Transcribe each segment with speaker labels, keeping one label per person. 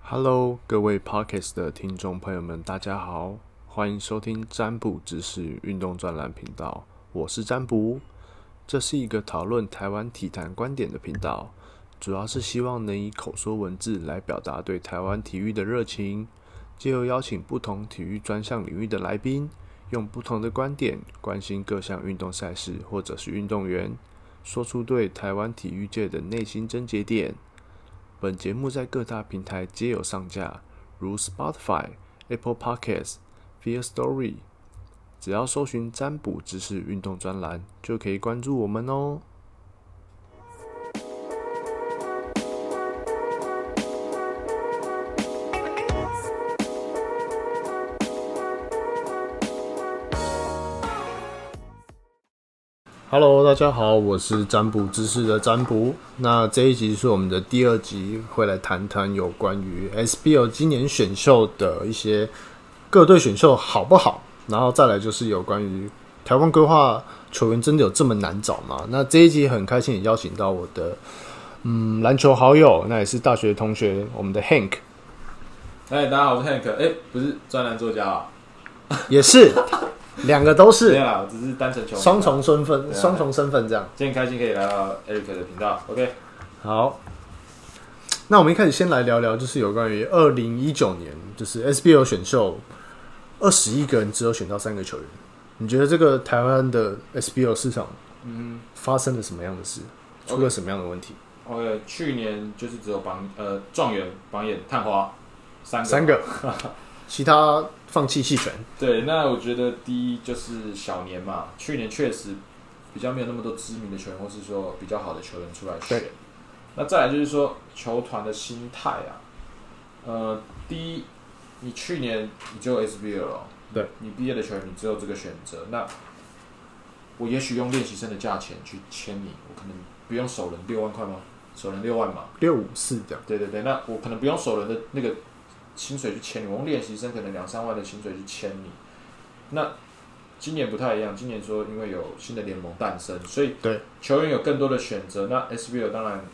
Speaker 1: Hello，各位 Pockets 的听众朋友们，大家好，欢迎收听占卜知识运动专栏频道，我是占卜。这是一个讨论台湾体坛观点的频道，主要是希望能以口说文字来表达对台湾体育的热情，借由邀请不同体育专项领域的来宾，用不同的观点关心各项运动赛事或者是运动员，说出对台湾体育界的内心症结点。本节目在各大平台皆有上架，如 Spotify、Apple Podcasts、Fear Story。只要搜寻“占卜知识运动”专栏，就可以关注我们哦。Hello，大家好，我是占卜知识的占卜。那这一集是我们的第二集，会来谈谈有关于 SBL 今年选秀的一些各队选秀好不好，然后再来就是有关于台湾规划球员真的有这么难找吗？那这一集很开心也邀请到我的嗯篮球好友，那也是大学同学，我们的 Hank
Speaker 2: 嗨，大家好，我是 Hank。哎、不是专栏作家啊，
Speaker 1: 也是，两个都
Speaker 2: 没
Speaker 1: 是
Speaker 2: 有啦，我只是单纯球迷
Speaker 1: 双。重身份，
Speaker 2: 对啊
Speaker 1: 双重身份这样。
Speaker 2: 今天开心可以来到 Eric 的频道，OK？
Speaker 1: 好，那我们一开始先来聊聊，就是有关于二零一九年，就是 SBL 选秀，二十一个人只有选到三个球员，你觉得这个台湾的 SBL 市场，嗯，发生了什么样的事？出了什么样的问题？
Speaker 2: OK，去年就是只有榜呃状元、榜眼、探花三个。
Speaker 1: 三个，其他放弃弃权。
Speaker 2: 对，那我觉得第一就是小年嘛，去年确实比较没有那么多知名的球员，或是说比较好的球员出来选
Speaker 1: 对。
Speaker 2: 那再来就是说球团的心态啊，呃，第一，你去年你只有 SBL，哦
Speaker 1: 对，
Speaker 2: 你毕业的球员你只有这个选择，那我也许用练习生的价钱去签你，我可能不用首轮六万块吗？首轮六万嘛，
Speaker 1: 六五四这样，
Speaker 2: 对对对，那我可能不用首轮的那个薪水去签你，我用练习生可能两三万的薪水去签你。那今年不太一样，今年说因为有新的联盟诞生，所以
Speaker 1: 对
Speaker 2: 球员有更多的选择。那 SBL 当然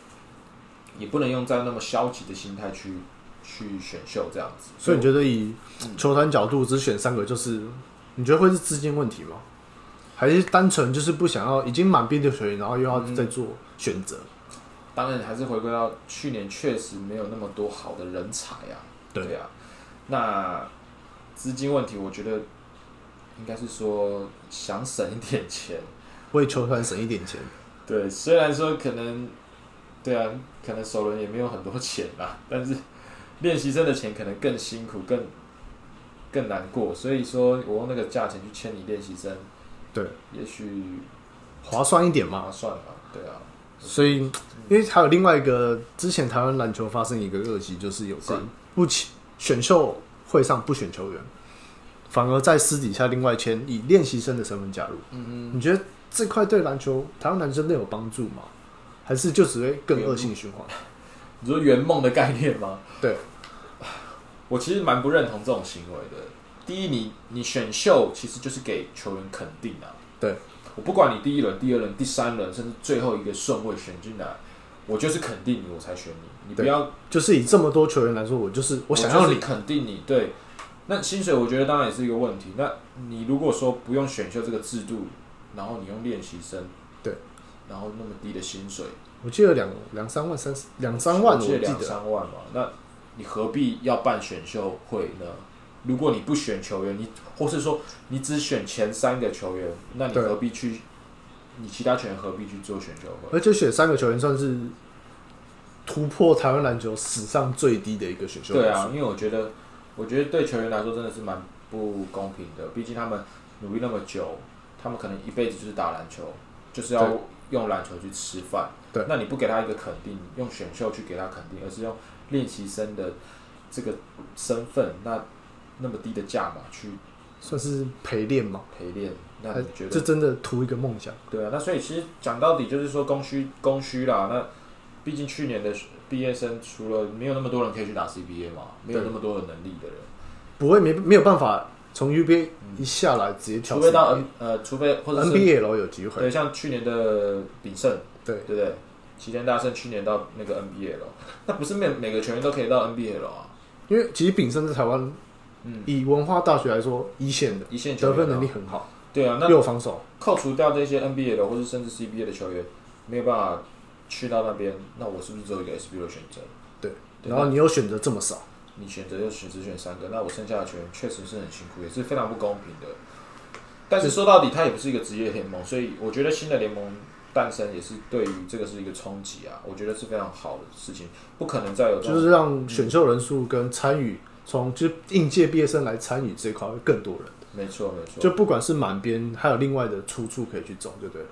Speaker 2: 也不能用这样那么消极的心态去去选秀这样子。
Speaker 1: 所以你觉得以球团角度只选三个，就是你觉得会是资金问题吗？还是单纯就是不想要已经满毕业的球员，然后又要再做选择？
Speaker 2: 当然还是回归到去年确实没有那么多好的人才啊，
Speaker 1: 对
Speaker 2: 啊。那资金问题，我觉得应该是说想省一点钱。
Speaker 1: 为球团省一点钱？
Speaker 2: 对，虽然说可能，对啊，可能首轮也没有很多钱啦，但是练习生的钱可能更辛苦，更更难过。所以说我用那个价钱去签你练习生，
Speaker 1: 对，
Speaker 2: 也许
Speaker 1: 划算一点嘛。
Speaker 2: 划算吧。对啊，
Speaker 1: 所以，因为还有另外一个，之前台湾篮球发生一个恶习，就是有关
Speaker 2: 是
Speaker 1: 不起选秀会上不选球员，反而在私底下另外签以练习生的身份加入。
Speaker 2: 嗯
Speaker 1: 你觉得这块对篮球台湾篮球真的有帮助吗？还是就只会更恶性循
Speaker 2: 嗯
Speaker 1: 环？
Speaker 2: 哼，你说圆梦的概念吗？
Speaker 1: 对，
Speaker 2: 我其实蛮不认同这种行为的。第一，你你选秀其实就是给球员肯定啊。
Speaker 1: 对，
Speaker 2: 我不管你第一轮、第二轮、第三轮，甚至最后一个顺位选进来，我就是肯定你，我才选你。你不
Speaker 1: 对
Speaker 2: 要
Speaker 1: 就是以这么多球员来说，我就是我想要
Speaker 2: 就是
Speaker 1: 你，
Speaker 2: 肯定你对。那薪水我觉得当然也是一个问题。那你如果说不用选秀这个制度，然后你用练习生，
Speaker 1: 对，
Speaker 2: 然后那么低的薪水，
Speaker 1: 我记得两两三万、三两三万，我
Speaker 2: 我记得
Speaker 1: 记
Speaker 2: 两
Speaker 1: 得
Speaker 2: 三万嘛，那你何必要办选秀会呢？如果你不选球员，你或是说你只选前三个球员，那你
Speaker 1: 对
Speaker 2: 何必去？你其他球员何必去做选秀会？
Speaker 1: 而且选三个球员算是突破台湾篮球史上最低的一个选秀人
Speaker 2: 对
Speaker 1: 数。
Speaker 2: 啊，因为我觉得，我觉得对球员来说真的是蛮不公平的。毕竟他们努力那么久，他们可能一辈子就是打篮球，就是要
Speaker 1: 对
Speaker 2: 用篮球去吃饭。
Speaker 1: 对
Speaker 2: 那你不给他一个肯定，用选秀去给他肯定，而是用练习生的这个身份，那那么低的价码去
Speaker 1: 算是陪练嘛，
Speaker 2: 陪练，那
Speaker 1: 呃
Speaker 2: 你觉
Speaker 1: 这
Speaker 2: 得？
Speaker 1: 真的图一个梦想。
Speaker 2: 对啊，那所以其实讲到底就是说供需供需啦。那毕竟去年的毕业生，除了没有那么多人可以去打 CBA 嘛，没有
Speaker 1: 对
Speaker 2: 那么多有能力的人。
Speaker 1: 不会没没有办法从 UBA 一下来直接跳
Speaker 2: 除
Speaker 1: 出，
Speaker 2: 非到 N 呃，除非或者是
Speaker 1: NBA 楼有机会，
Speaker 2: 对，像去年的炳胜，
Speaker 1: 对
Speaker 2: 对不对？齐天大圣去年到那个 NBA 了，那不是每每个球员都可以到 NBA 了啊。
Speaker 1: 因为其实炳胜在台湾
Speaker 2: 嗯，
Speaker 1: 以文化大学来说，一线的
Speaker 2: 一线球
Speaker 1: 得
Speaker 2: 员
Speaker 1: 分
Speaker 2: 啊
Speaker 1: 能力很好，
Speaker 2: 对啊，那
Speaker 1: 又有防守，
Speaker 2: 扣除掉这些 NBA 的或是甚至 CBA 的球员，没有办法去到那边，那我是不是只有一个 SBL 的选择？
Speaker 1: 对，
Speaker 2: 对
Speaker 1: 然后你又选择这么少，
Speaker 2: 你选择又选只选三个，那我剩下的球员确实是很辛苦，也是非常不公平的。但是说到底，它也不是一个职业联盟，所以我觉得新的联盟诞生也是对于这个是一个冲击啊，我觉得是非常好的事情，不可能再有这
Speaker 1: 就
Speaker 2: 种
Speaker 1: 是让选秀人数跟参与，从就是应届毕业生来参与这一块会更多人，
Speaker 2: 没错没错，
Speaker 1: 就不管是满编，还有另外的出处可以去走，对不对了？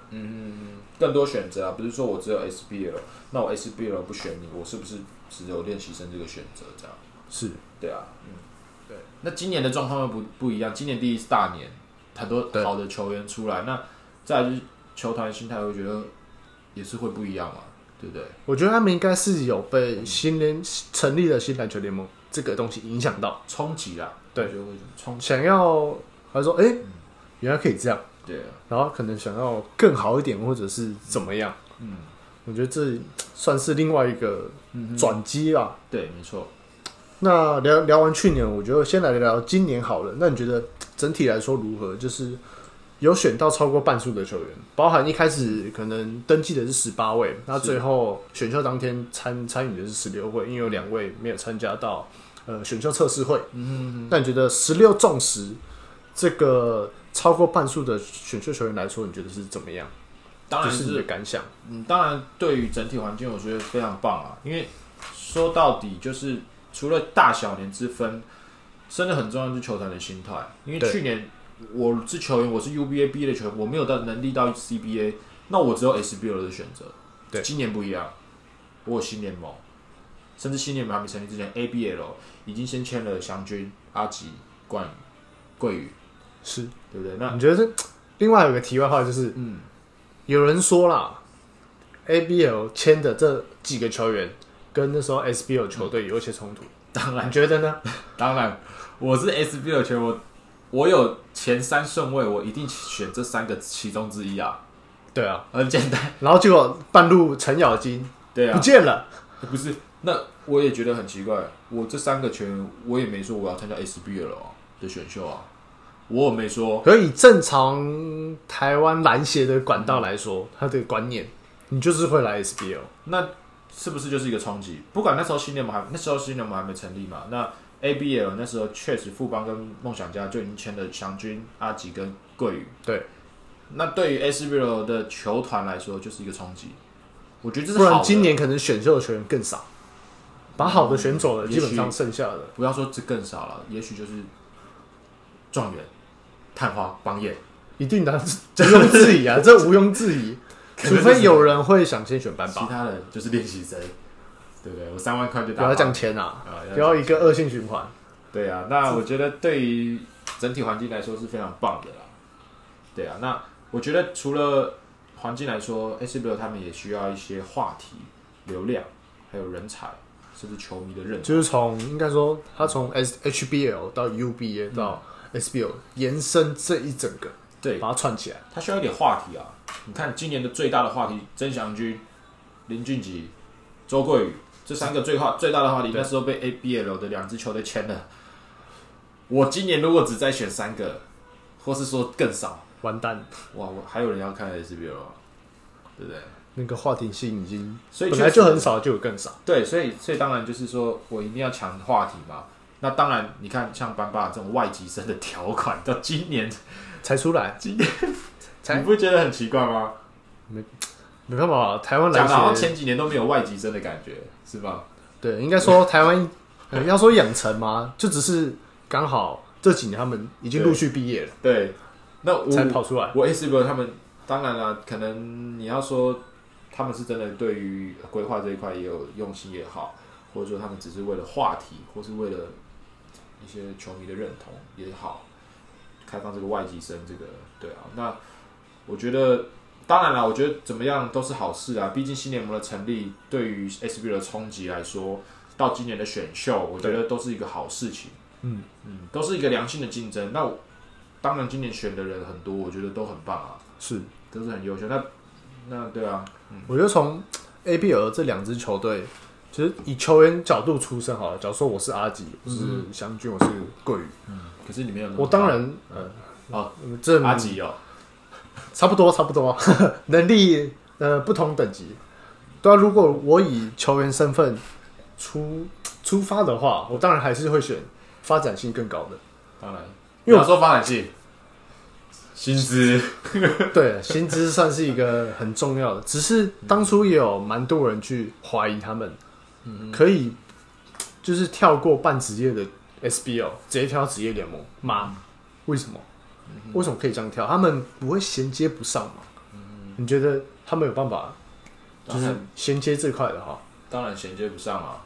Speaker 2: 更多选择啊，不是说我只有 SBL，那我 SBL 不选你，我是不是只有练习生这个选择这样？
Speaker 1: 是，
Speaker 2: 对啊，嗯，对。那今年的状况又不不一样，今年第一是大年，很多
Speaker 1: 对
Speaker 2: 好的球员出来，那再来就是球团心态，我觉得也是会不一样嘛，对不对？
Speaker 1: 我觉得他们应该是有被新联成立的新篮球联盟这个东西影响到，
Speaker 2: 冲击啦，
Speaker 1: 对
Speaker 2: 我觉得会冲击，
Speaker 1: 想要他说，哎、原来可以这样，
Speaker 2: 对啊，
Speaker 1: 然后可能想要更好一点，或者是怎么样，
Speaker 2: 嗯，
Speaker 1: 我觉得这算是另外一个转机吧。
Speaker 2: 对，没错。
Speaker 1: 那聊聊完去年，我觉得先来聊今年好了。那你觉得整体来说如何？就是有选到超过半数的球员，包含一开始可能登记的是十八位，那最后选秀当天参参与的是十六位，因为有两位没有参加到呃选秀测试会。嗯那你觉得十六中十这个超过半数的选秀球员来说，你觉得是怎么样？
Speaker 2: 当然
Speaker 1: 就是
Speaker 2: 是
Speaker 1: 你的感想。
Speaker 2: 嗯，当然，对于整体环境，我觉得非常棒啊。因为说到底，就是除了大小年之分，真的很重要就是球团的心态。因为
Speaker 1: 对
Speaker 2: 去年我是球员，我是 UBA 毕业的球员，我没有到能力到 CBA，那我只有 SBL 的选择。
Speaker 1: 对
Speaker 2: 今年不一样，我有新联盟，甚至新联盟还没成立之前，ABL 已经先签了祥军、阿吉、冠宇、桂宇，
Speaker 1: 是，
Speaker 2: 对不对？那
Speaker 1: 啊你觉得这另外有个题外话就是，
Speaker 2: 嗯，
Speaker 1: 有人说啦，ABL 签的这几个球员跟那时候 SBL 球队有一些冲突，
Speaker 2: 当然
Speaker 1: 你觉得 呢？
Speaker 2: 当然，我是 SBL 的球员，我我有前三顺位，我一定选这三个其中之一啊，
Speaker 1: 对啊，
Speaker 2: 很 简单。
Speaker 1: 然后结果半路程咬金
Speaker 2: 对
Speaker 1: 不
Speaker 2: 啊，
Speaker 1: 见了，
Speaker 2: 不是，那我也觉得很奇怪，我这三个球员，我也没说我要参加 SBL 哦的选秀啊，我也没说，
Speaker 1: 可以正常台湾篮协的管道来
Speaker 2: 嗯
Speaker 1: 说，他的观念，你就是会来 SBL，
Speaker 2: 那是不是就是一个冲击？不管那时候新联盟还那时候新联盟还没成立嘛，那 ABL 那时候确实富邦跟梦想家就已经签了祥军、阿吉跟桂宇，
Speaker 1: 对，
Speaker 2: 那对于 SBL 的球团来说就是一个冲击。我觉得这是
Speaker 1: 不
Speaker 2: 好的
Speaker 1: 然今年可能选秀的球员更少，把好的选走了，
Speaker 2: 嗯
Speaker 1: 基本上剩下的
Speaker 2: 不要说这更少了，也许就是状元、探花、榜眼，
Speaker 1: 一定的，毋庸置 疑啊，这毋庸置疑，
Speaker 2: 可
Speaker 1: 除
Speaker 2: 能
Speaker 1: 非有人会想先选班
Speaker 2: 其
Speaker 1: 霸，
Speaker 2: 他的就是练习生，对不对？我三万块就
Speaker 1: 不
Speaker 2: 打
Speaker 1: 要
Speaker 2: 发
Speaker 1: 这样签啊，
Speaker 2: 啊，
Speaker 1: 不要一个恶性循环。
Speaker 2: 对啊，那我觉得对于整体环境来说是非常棒的啦。对啊，那我觉得除了环境来说，SBL 他们也需要一些话题、流量，还有人才，甚至球迷的认同。
Speaker 1: 就是从应该说，他从 S HBL 到 UBA 到 SBL 延伸这一整个，
Speaker 2: 对，
Speaker 1: 把它串起来。
Speaker 2: 他需要一点话题啊。你看今年的最大的话题，曾祥军、林俊杰、周桂宇这三个最话最大的话题，那时候被 ABL 的两支球队签了。我今年如果只再选三个，或是说更少，
Speaker 1: 完蛋，
Speaker 2: 哇，我还有人要看 SBL，啊对不对？
Speaker 1: 那个话题性已经
Speaker 2: 所以
Speaker 1: 本来
Speaker 2: 确实
Speaker 1: 就很少，就有更少。
Speaker 2: 对，所以所以当然就是说我一定要抢话题嘛。那当然，你看像班霸这种外籍生的条款，到今年
Speaker 1: 才出来，才
Speaker 2: 你不觉得很奇怪吗？
Speaker 1: 没办法，台湾
Speaker 2: 讲的好像
Speaker 1: 篮协
Speaker 2: 前几年都没有外籍生的感觉，是吧？
Speaker 1: 对，应该说台湾、 呃要说养成嘛，就只是刚好这几年他们已经陆续毕业了，
Speaker 2: 对，那我
Speaker 1: 才跑出来。
Speaker 2: 我 S B 他们当然了，可能你要说他们是真的对于规划这一块也有用心也好，或者说他们只是为了话题，或是为了一些球迷的认同也好，开放这个外籍生这个对啊，那我觉得。当然了，我觉得怎么样都是好事啊。毕竟新联盟的成立对于 SBL 的冲击来说，到今年的选秀，我觉得都是一个好事情。
Speaker 1: 嗯
Speaker 2: 嗯，都是一个良性的竞争。那我当然今年选的人很多，我觉得都很棒啊，
Speaker 1: 是，
Speaker 2: 都是很优秀。那那对啊，
Speaker 1: 我觉得从 ABL 这两支球队其实以球员角度出身好了，假如说我是阿吉，我是湘军，我是桂宇，
Speaker 2: 可是你没有那么
Speaker 1: 我当
Speaker 2: 高
Speaker 1: 然，
Speaker 2: 嗯
Speaker 1: 好，这
Speaker 2: 阿吉哦，
Speaker 1: 差不多，差不多， 能力呃不同等级。对啊，如果我以球员身份出出发的话，我当然还是会选发展性更高的。
Speaker 2: 当然，
Speaker 1: 因为我
Speaker 2: 你要说发展性，薪资
Speaker 1: 对，薪资算是一个很重要的，只是当初也有蛮多人去怀疑他们可以就是跳过半职业的 SBL，直接跳到职业联盟吗？为什么？为什么可以这样跳？他们不会衔接不上吗？你觉得他们有办法就是衔接这块的哈？
Speaker 2: 当然衔接不上啊。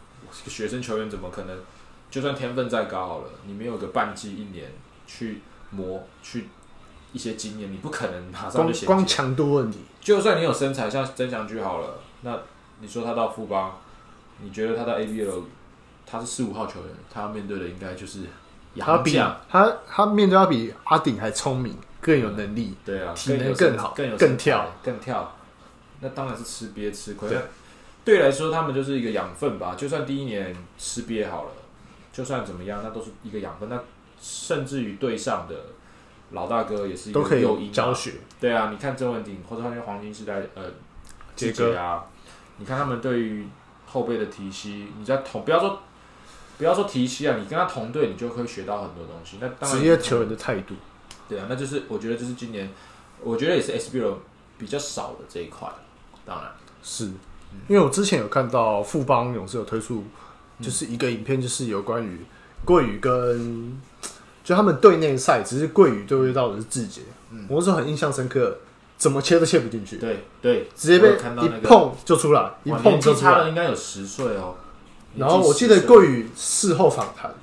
Speaker 2: 学生球员怎么可能？就算天分再高好了，你没有个半季一年去磨去一些经验，你不可能马上
Speaker 1: 光
Speaker 2: 就衔接。
Speaker 1: 光强度问题，
Speaker 2: 就算你有身材，像曾祥居好了，那你说他到富邦，你觉得他到 ABL，他是四五号球员，他要面对的应该就是
Speaker 1: 他
Speaker 2: 杨
Speaker 1: 比
Speaker 2: 将，
Speaker 1: 他他面对他比阿顶还聪明，更有能力，
Speaker 2: 对啊，
Speaker 1: 体能
Speaker 2: 有
Speaker 1: 更
Speaker 2: 身
Speaker 1: 好
Speaker 2: 更有
Speaker 1: 更
Speaker 2: 身材
Speaker 1: 跳，
Speaker 2: 更跳，那当然是吃瘪吃亏
Speaker 1: 对。
Speaker 2: 对来说，他们就是一个养分吧。就算第一年吃瘪好了，就算怎么样，那都是一个养分。那甚至于对上的老大哥也是一
Speaker 1: 都
Speaker 2: 个
Speaker 1: 可
Speaker 2: 诱因
Speaker 1: 以
Speaker 2: 啊
Speaker 1: 教学。
Speaker 2: 对啊，你看郑文鼎或者他跟黄金时代呃
Speaker 1: 杰
Speaker 2: 杰
Speaker 1: 哥
Speaker 2: 哥啊，你看他们对于后辈的提携，你在同不要说不要说提携啊，你跟他同队，你就会学到很多东西。那当然
Speaker 1: 职业球员的态度，
Speaker 2: 对啊，那就是我觉得就是今年，我觉得也是 SBL 比较少的这一块。当然，
Speaker 1: 是，因为我之前有看到富邦勇士有推出，就是一个影片，就是有关于桂宇跟就他们队内赛，只是桂宇对位到的是志杰，我那时候很印象深刻，怎么切都切不进去，
Speaker 2: 嗯对对，
Speaker 1: 直接
Speaker 2: 我
Speaker 1: 被
Speaker 2: 有看到那
Speaker 1: 一
Speaker 2: 个
Speaker 1: 碰就出来，一
Speaker 2: 哇
Speaker 1: 碰
Speaker 2: 年纪
Speaker 1: 就出
Speaker 2: 差
Speaker 1: 来。
Speaker 2: 了应该有十岁哦。
Speaker 1: 然后我记得
Speaker 2: 年纪10岁
Speaker 1: 桂宇事后访谈，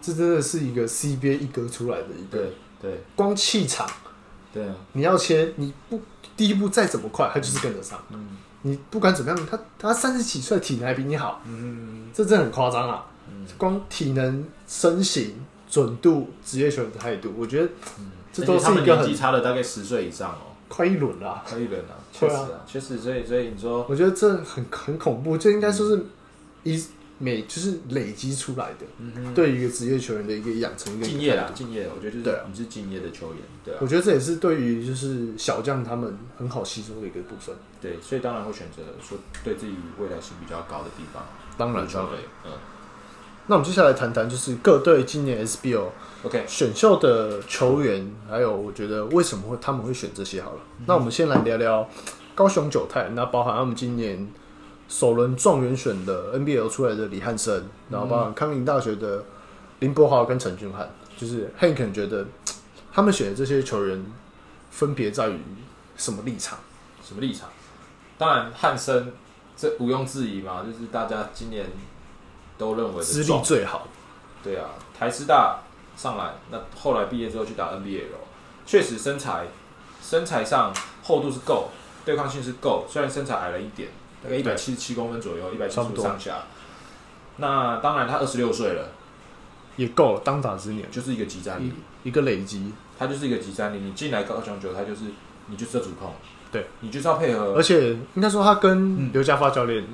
Speaker 1: 这真的是一个 CBA 一哥出来的一个
Speaker 2: 对对
Speaker 1: 光气场。
Speaker 2: 对啊，
Speaker 1: 你要切，你不第一步再怎么快，他就是跟得上。
Speaker 2: 嗯
Speaker 1: 你不管怎么样，他他三十几岁体能还比你好，
Speaker 2: 嗯
Speaker 1: 这真的很夸张啊！光体能、身形、准度、职业球员的态度，我觉得这都
Speaker 2: 而且他
Speaker 1: 是
Speaker 2: 们
Speaker 1: 一个
Speaker 2: 年纪
Speaker 1: 很
Speaker 2: 差了大概十岁以上哦，
Speaker 1: 快一轮啦、
Speaker 2: 可以人啊，确
Speaker 1: 对
Speaker 2: 实
Speaker 1: 啊
Speaker 2: 啊，确实，所以所以你说
Speaker 1: 我觉得这很很恐怖，这应该说是一每就是累积出来的，
Speaker 2: 嗯
Speaker 1: 对于一个职业球员的一个养成一个
Speaker 2: 敬业啦，敬业，我觉得就
Speaker 1: 对啊
Speaker 2: 是你是敬业的球员，对啊，
Speaker 1: 我觉得这也是对于就是小将他们很好吸收的一个部分。
Speaker 2: 对，所以当然会选择说对自己未来性比较高的地方，
Speaker 1: 当
Speaker 2: 足球类，嗯
Speaker 1: 那我们接下来谈谈就是各队今年 SBL
Speaker 2: ，OK，
Speaker 1: 选秀的球员，还有我觉得为什么会他们会选这些好了。那我们先来聊聊高雄九泰，那包含他们今年首轮状元选的 NBL 出来的李汉生，然后包含康宁大学的林柏豪跟陈俊翰，就是 Hank 觉得嘖嗯他们选的这些球员分别在于什么立场？
Speaker 2: 什么立场？当然，汉森这毋庸置疑嘛，就是大家今年都认为的
Speaker 1: 资历
Speaker 2: 状
Speaker 1: 最好，
Speaker 2: 对啊，台师大上来，那后来毕业之后去打 NBA 了，确实身材身材上厚度是够，对抗性是够，虽然身材矮了一点，大概一百七十七公分左右，一百七
Speaker 1: 差不
Speaker 2: 十
Speaker 1: 多
Speaker 2: 上下。那当然，他二十六岁了，
Speaker 1: 也够了当打之年，
Speaker 2: 就是一个集战力，
Speaker 1: 一个累积，
Speaker 2: 他就是一个集战力。你进来高雄九，他就是你就是要主控，
Speaker 1: 对
Speaker 2: 你就是要配合
Speaker 1: 而，且应该说他跟刘家发教练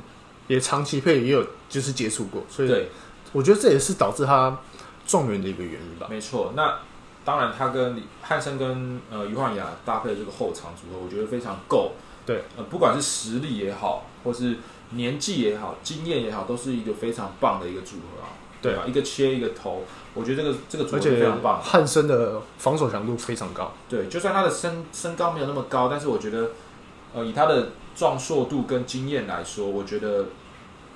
Speaker 1: 也长期配也有就是接触过，所以
Speaker 2: 对，
Speaker 1: 我觉得这也是导致他状元的一个原因吧。
Speaker 2: 没错，那当然，他跟李汉森跟呃于焕雅搭配的这个后场组合，我觉得非常够。
Speaker 1: 对，
Speaker 2: 呃，不管是实力也好，或是年纪也好，经验也好，都是一个非常棒的一个组合啊。
Speaker 1: 对
Speaker 2: 吧？一个切一个头，我觉得这个这个组合
Speaker 1: 而
Speaker 2: 是非
Speaker 1: 且
Speaker 2: 常棒的。
Speaker 1: 汉森的防守强度非常高，
Speaker 2: 对，就算他的身身高没有那么高，但是我觉得，呃，以他的壮硕度跟经验来说，我觉得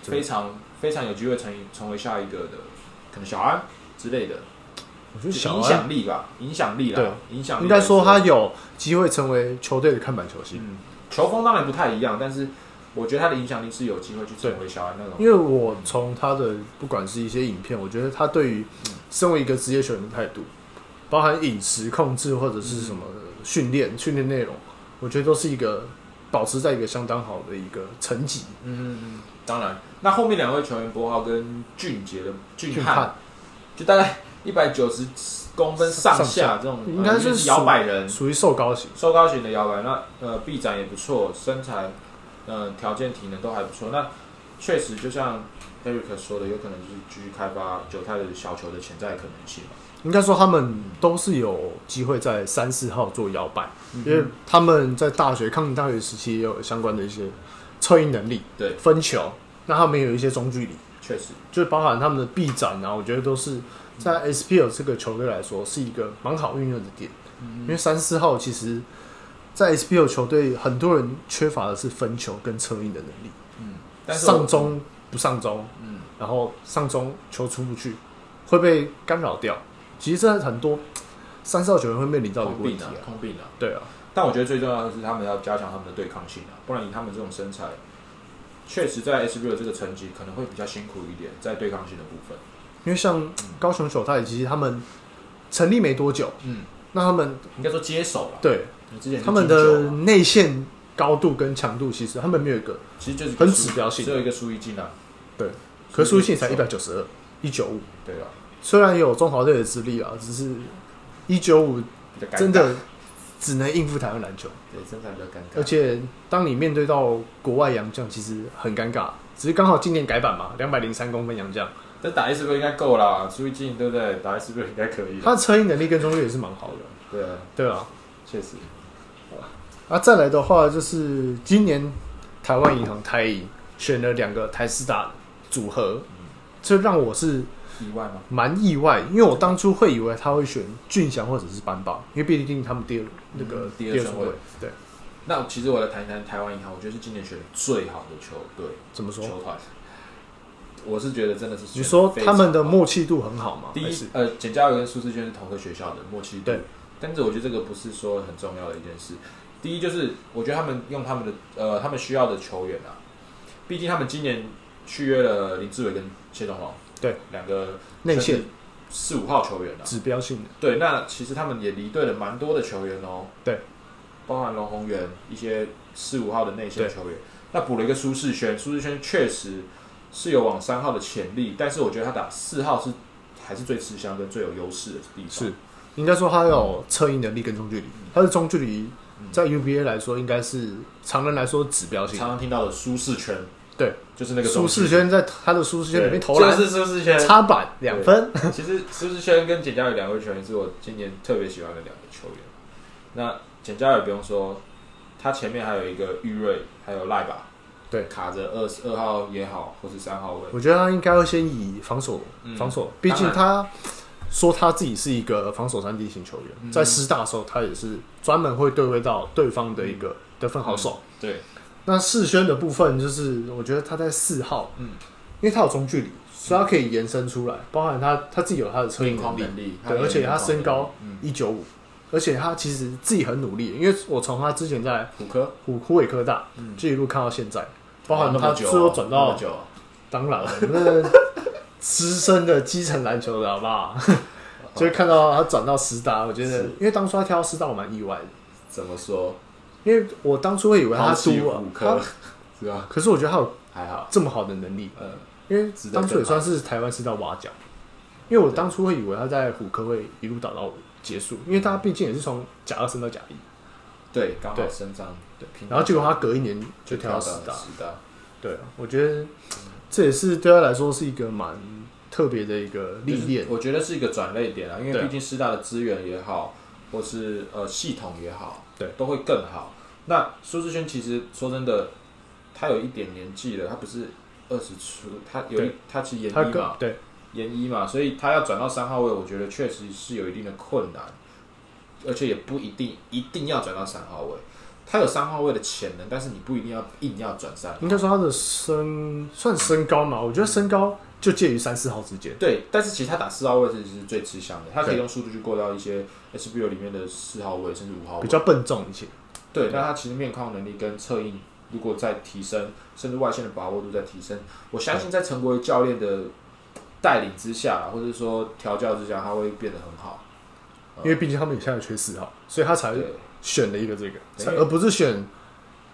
Speaker 1: 真的
Speaker 2: 非常非常有机会成成为下一个的可能小安之类的。
Speaker 1: 我觉得小安
Speaker 2: 影响力吧，影响力啦，影响力
Speaker 1: 应该说他
Speaker 2: 来
Speaker 1: 有机会成为球队的看板球星。
Speaker 2: 嗯，球风当然不太一样，但是我觉得他的影响力是有机会去成为小安那种，
Speaker 1: 因为我从他的不管是一些影片，我觉得他对于身为一个职业球员的态度，包含饮食控制或者是什么训练、训练内容，我觉得都是一个保持在一个相当好的一个成绩。
Speaker 2: 嗯嗯嗯，当然，那后面两位球员博浩跟俊杰的俊
Speaker 1: 看
Speaker 2: 汉，就大概一百九十公分上
Speaker 1: 上下
Speaker 2: 下这种，呃
Speaker 1: 应该是
Speaker 2: 因为是摇摆人，
Speaker 1: 属于瘦高型，
Speaker 2: 瘦高型的摇摆，那呃臂展也不错，身材呃条件体能都还不错，那确实就像 Eric 说的，有可能就是继续开发九泰的小球的潜在可能性嘛。
Speaker 1: 应该说他们都是有机会在三四号做摇摆，因为他们在大学抗大学时期也有相关的一些策应能力，
Speaker 2: 对，
Speaker 1: 分球，那他们也有一些中距离，
Speaker 2: 确实，
Speaker 1: 就包含他们的臂展啊，我觉得都是在 SPL 这个球队来说是一个蛮好运用的点，因为三四号其实，在 SPL 球队很多人缺乏的是分球跟策应的能力，
Speaker 2: 但是我
Speaker 1: 上，中不上中，
Speaker 2: 嗯，
Speaker 1: 然后上中球出不去，会被干扰掉。其实这很多三少球员会面临到的
Speaker 2: 控
Speaker 1: 问
Speaker 2: 病
Speaker 1: 题
Speaker 2: 啊
Speaker 1: 啊，，
Speaker 2: 控病啊。
Speaker 1: 对啊，
Speaker 2: 但我觉得最重要的是他们要加强他们的对抗性啊，不然以他们这种身材，确实在 SBL 这个层级可能会比较辛苦一点，在对抗性的部分。
Speaker 1: 因为像高雄手泰，其实他们成立没多久，
Speaker 2: 嗯，
Speaker 1: 那他们
Speaker 2: 应该说接手了。
Speaker 1: 对
Speaker 2: 你之前是
Speaker 1: 他们
Speaker 2: 金
Speaker 1: 的
Speaker 2: 球嘛
Speaker 1: 内线高度跟强度，其实他们没有一个，
Speaker 2: 其实就是一个
Speaker 1: 很
Speaker 2: 输
Speaker 1: 指标性
Speaker 2: 只有一个输一进啊。
Speaker 1: 对，可是苏信才一
Speaker 2: 输
Speaker 1: 百九十二，一九五，
Speaker 2: 对啊，
Speaker 1: 虽然有中华队的资历啊，只是一九五
Speaker 2: 比较尴尬
Speaker 1: 真的只能应付台湾篮球。
Speaker 2: 对身材比较尴尬，
Speaker 1: 而且当你面对到国外洋将，其实很尴尬。只是刚好今年改版嘛，两百零三公分洋将，
Speaker 2: 但打 S B 应该够啦，输一进对不对？打 S B 应该可以啦。
Speaker 1: 他的策应能力跟中距也是蛮好的，
Speaker 2: 对啊，
Speaker 1: 对啊。
Speaker 2: 确实，
Speaker 1: 啊，再来的话就是今年台湾银行台银选了两个台师大组合，这让我是
Speaker 2: 意外吗？
Speaker 1: 蛮意外，因为我当初会以为他会选俊祥或者是班霸，因为毕竟他们第二那个
Speaker 2: 嗯第二顺
Speaker 1: 顺位
Speaker 2: 位，
Speaker 1: 对，
Speaker 2: 那其实我来谈一谈台湾银行，我觉得是今年选的最好的球队
Speaker 1: 怎么说？
Speaker 2: 球团。我是觉得真的是
Speaker 1: 你说他们的
Speaker 2: 默
Speaker 1: 默契度很好吗？
Speaker 2: 第
Speaker 1: 还
Speaker 2: 一
Speaker 1: 是
Speaker 2: 呃，简嘉佑跟苏志轩是同个学校的默契度
Speaker 1: 对，
Speaker 2: 但是我觉得这个不是说很重要的一件事。第一就是我觉得他们用他们的呃他们需要的球员啊，毕竟他们今年续约了林志伟跟谢东龙，
Speaker 1: 对，
Speaker 2: 两个
Speaker 1: 内线
Speaker 2: 四五号球员啊，
Speaker 1: 指标性的，
Speaker 2: 对，那其实他们也离队了蛮多的球员哦。
Speaker 1: 对，
Speaker 2: 包含龙宏源一些四五号的内
Speaker 1: 对
Speaker 2: 线球员。那补了一个苏世轩，苏世轩确实是有往三号的潜力，但是我觉得他打四号是还是最吃香跟最有优势的地方。
Speaker 1: 是，应该说他有策应能力跟中距离，他的中距离在 UBA 来说应该是常人来说指标性
Speaker 2: 嗯常。常听到的舒适圈，
Speaker 1: 对，
Speaker 2: 就是那个
Speaker 1: 舒适圈在他的舒适圈
Speaker 2: 中距
Speaker 1: 里
Speaker 2: 离
Speaker 1: 面投篮
Speaker 2: 就是舒适圈。
Speaker 1: 插板两分，
Speaker 2: 其实舒适圈跟简嘉宇两位球员是我今年特别喜欢的两个球员。那简嘉宇不用说，他前面还有一个玉瑞，还有赖吧，
Speaker 1: 对
Speaker 2: 卡着二十二号也好，或是三号位，
Speaker 1: 我觉得他应该要先以防守
Speaker 2: 嗯
Speaker 1: 防守，毕竟
Speaker 2: 当
Speaker 1: 他说他自己是一个防守三 D 型球
Speaker 2: 嗯
Speaker 1: 员，在师大的时候他也是专门会对位到对方的一
Speaker 2: 嗯
Speaker 1: 个得分好手。
Speaker 2: 对，
Speaker 1: 那世轩的部分就是，我觉得他在四号，
Speaker 2: 嗯
Speaker 1: 因为他有中距离，所以他可以延伸出来，包含他他自己有他的策应能力，
Speaker 2: 力
Speaker 1: 对，而且他身高
Speaker 2: 嗯，
Speaker 1: 一九五，而且他其实自己很努力，因为我从他之前在
Speaker 2: 骨科，
Speaker 1: 虎虎尾科大
Speaker 2: 嗯
Speaker 1: 就一路看到现在，包含
Speaker 2: 哇
Speaker 1: 他最后转
Speaker 2: 那
Speaker 1: 到
Speaker 2: 么，久哦
Speaker 1: 当然了，我们资深的基层篮球的好不 好？就会看到他转到师大，我觉得
Speaker 2: 是，
Speaker 1: 因为当初他挑师大，我蛮意外的，
Speaker 2: 怎么说？
Speaker 1: 因为我当初会以为他
Speaker 2: 抛
Speaker 1: 输
Speaker 2: 弃
Speaker 1: 了
Speaker 2: 骨，科
Speaker 1: 他
Speaker 2: 是吧？
Speaker 1: 可是我觉得他有
Speaker 2: 还好，
Speaker 1: 这么好的能力，
Speaker 2: 呃，
Speaker 1: 因为
Speaker 2: 值得
Speaker 1: 当初
Speaker 2: 更
Speaker 1: 也算是台湾师大挖角，因为我当初会以为他在虎科会一路打到结束，因为他毕竟也是从甲二升到甲一，
Speaker 2: 对，刚好
Speaker 1: 对
Speaker 2: 身上对，
Speaker 1: 然后结果他隔一年就跳到
Speaker 2: 十
Speaker 1: 师大，
Speaker 2: 十大，
Speaker 1: 对啊，我觉得这也是对他来说是一个蛮特别的一个历练
Speaker 2: 就是，我觉得是一个转类点啊，因为
Speaker 1: 对啊
Speaker 2: 毕竟师大的资源也好，或是呃系统也好，
Speaker 1: 对，
Speaker 2: 都会更好。那苏志轩其实说真的，他有一点年纪了，他不是二十出，他有一
Speaker 1: 对
Speaker 2: 他其实研
Speaker 1: 他
Speaker 2: 一
Speaker 1: 更
Speaker 2: 嘛，
Speaker 1: 对
Speaker 2: 研一嘛，所以他要转到三号位，我觉得确实是有一定的困难，而且也不一定一定要转到三号位。他有三号位的潜能，但是你不一定要硬要转三。
Speaker 1: 应该说他的身算身高嘛，我觉得身高就介于三四号之间，
Speaker 2: 对，但是其实他打四号位其实是最吃香的，他可以
Speaker 1: 对
Speaker 2: 用速度去过到一些 SBO 里面的四号位甚至五号位
Speaker 1: 比。较笨重一些，
Speaker 2: 对，那他其实面框能力跟策应如果再提升，甚至外线的把握度再提升，我相信在陈国维教练的带领之下，或者说调教之下，他会变得很好。
Speaker 1: 因为毕竟他们也现在缺四号，所以他才
Speaker 2: 对
Speaker 1: 选了一个这个，
Speaker 2: 对
Speaker 1: 才而不是选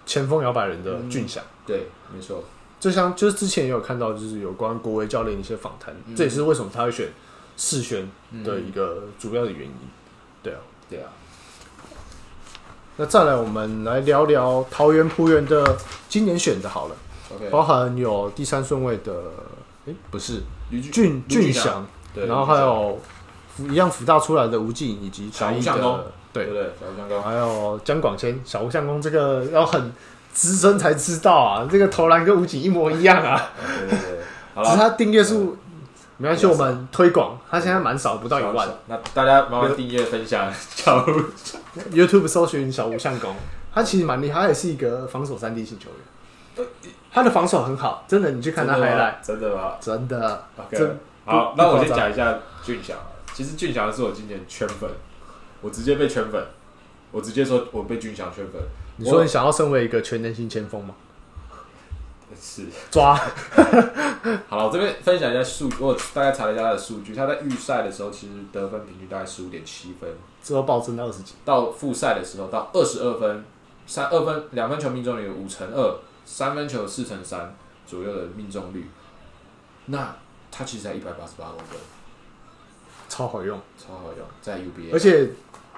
Speaker 1: 前锋摇摆人的俊
Speaker 2: 嗯
Speaker 1: 祥。
Speaker 2: 对，没错，
Speaker 1: 就像就是之前也有看到，就是有关国威教练一些访谈，
Speaker 2: 嗯
Speaker 1: 这也是为什么他会选世轩的一个主要的原因。对啊，
Speaker 2: 对啊，
Speaker 1: 那再来我们来聊聊桃园璞园的今年选的好了。
Speaker 2: OK，
Speaker 1: 包含有第三顺位的，诶、哦不是
Speaker 2: 吕俊
Speaker 1: 俊
Speaker 2: 俊
Speaker 1: 俊
Speaker 2: 祥
Speaker 1: 祥，
Speaker 2: 对，
Speaker 1: 然后还有福一样福大出来的吴敬以及台艺
Speaker 2: 小吴向东
Speaker 1: 的，
Speaker 2: 哦对
Speaker 1: 对，
Speaker 2: 不对？小香膏，
Speaker 1: 还有江广谦、小吴相公，这个要很资深才知道啊，这个投篮跟吴景一模一样啊，
Speaker 2: 对对对，好
Speaker 1: 只是他
Speaker 2: 了，
Speaker 1: 订阅数没关系，
Speaker 2: 比
Speaker 1: 我
Speaker 2: 较少
Speaker 1: 们推广，他现在蛮少，不到一万
Speaker 2: 小。。那 大家麻烦订阅、分享、加入。
Speaker 1: YouTube 搜寻小吴相公，他其实蛮厉害，他也是一个防守三 D 型球员，他的防守很好，真的，你去看他 h
Speaker 2: 真的
Speaker 1: i
Speaker 2: 吗真的吗
Speaker 1: 真的，
Speaker 2: ？OK，
Speaker 1: 真
Speaker 2: 好，
Speaker 1: 不
Speaker 2: 那我先
Speaker 1: 不夸张
Speaker 2: 讲一下俊祥啊。其实俊祥是我今年圈粉，我直接被圈粉，我直接说我被俊祥圈粉，
Speaker 1: 你说你想要身为一个全能型前锋吗？
Speaker 2: 是。
Speaker 1: 抓，
Speaker 2: 好了，我这边分享一下数，我大概查了一下他的数据，他在预赛的时候其实得分平均大概十五点七分，
Speaker 1: 之后暴增到二十几，
Speaker 2: 到复赛的时候到二十二分，三二分两分球命中率有五成二，三分球四成三左右的命中率，那他其实才一百八十八公分，
Speaker 1: 超好用。
Speaker 2: 超好用，在 UBA，
Speaker 1: 而且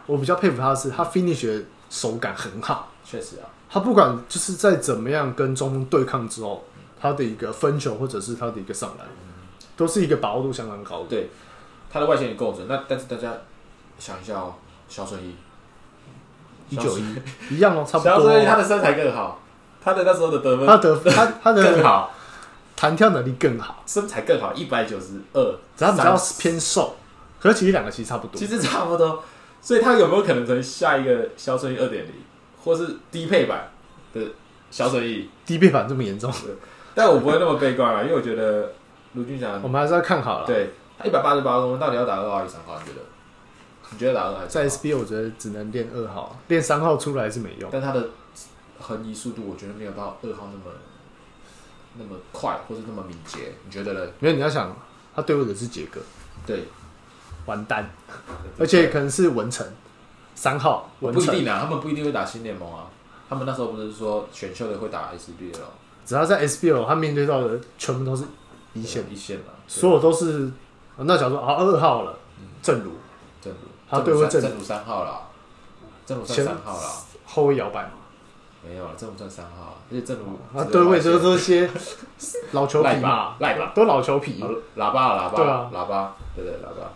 Speaker 1: 我比较佩服他的是，他 finish 的手感很好，
Speaker 2: 确实啊，
Speaker 1: 他不管就是在怎么样跟中锋对抗之后，他的一个分球或者是他的一个上篮，都是一个把握度相当高的。
Speaker 2: 对，他的外线也够准，那但是大家想一下哦，小水一，
Speaker 1: 一九一一样哦，差不
Speaker 2: 小
Speaker 1: 多
Speaker 2: 水一他
Speaker 1: 哦。
Speaker 2: 的身材更好，他的那时候的得
Speaker 1: 他
Speaker 2: 分
Speaker 1: 的他他
Speaker 2: 更
Speaker 1: 的
Speaker 2: 好。
Speaker 1: 弹跳能力更好，
Speaker 2: 身材更好，一百九十二，
Speaker 1: 只要比较偏瘦，可是其实两个其实差不多
Speaker 2: 其。实差不多。所以他有没有可能成为下一个肖顺义二点零，或是低配版的肖顺义？
Speaker 1: 低配版这么严重，
Speaker 2: 但我不会那么悲观啊，因为我觉得卢俊祥
Speaker 1: 我们还是要看好了。
Speaker 2: 对他一百八十八公分，到底要打二号还是三号？你觉得？你觉得打二还是
Speaker 1: 在
Speaker 2: 三号？
Speaker 1: SBO 我觉得只能练二号，练三号出来是没用。
Speaker 2: 但他的横移速度，我觉得没有到二号那么那么快，或是那么敏捷。你觉得呢？
Speaker 1: 因为你要想，他对位的是杰哥，
Speaker 2: 对，
Speaker 1: 完蛋，而且可能是文成三号文
Speaker 2: 不一
Speaker 1: 成。
Speaker 2: 定啊，他们不一定会打新联盟啊。他们那时候不是说选秀的会打 SBL 哦
Speaker 1: 只要在 SBL，他面对到的全部都是一线，
Speaker 2: 一线嘛，
Speaker 1: 所有都是呃那假如说啊二号了，正如
Speaker 2: 嗯正如
Speaker 1: 他对位正
Speaker 2: 正如三号啦，正如算
Speaker 1: 前
Speaker 2: 三号啦，
Speaker 1: 后卫摇摆嘛，
Speaker 2: 没有了，正如算三号，而且正如
Speaker 1: 啊对位
Speaker 2: 就
Speaker 1: 都是些 老球皮
Speaker 2: 赖
Speaker 1: 嘛
Speaker 2: 吧，赖吧，
Speaker 1: 都老球皮
Speaker 2: 好，喇叭喇叭
Speaker 1: 对啊
Speaker 2: 喇叭，对对喇叭，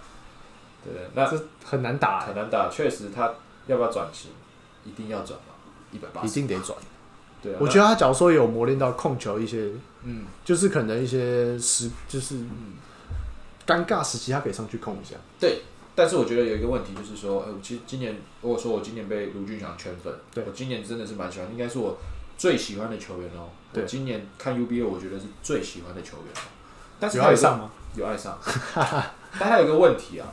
Speaker 2: 对对，那
Speaker 1: 这很难打欸，
Speaker 2: 很难打，确实他要不要转型，一定要转嘛，一百八
Speaker 1: 一
Speaker 2: 十，
Speaker 1: 定得转。
Speaker 2: 对啊，
Speaker 1: 我觉得他假如说有磨练到控球一些，
Speaker 2: 那嗯
Speaker 1: 就是可能一些时就是尴尬时期，他可以上去控一下。
Speaker 2: 对。但是我觉得有一个问题，就是说，哎、我其实今年，如果说我今年被卢俊祥圈粉，
Speaker 1: 对
Speaker 2: 我今年真的是蛮喜欢，应该是我最喜欢的球员哦。我
Speaker 1: 对
Speaker 2: 今年看 UBA，我觉得是最喜欢的球员哦。但是
Speaker 1: 有
Speaker 2: 他有
Speaker 1: 爱
Speaker 2: 一个
Speaker 1: 上吗？
Speaker 2: 有爱 上，但他有一个问题啊，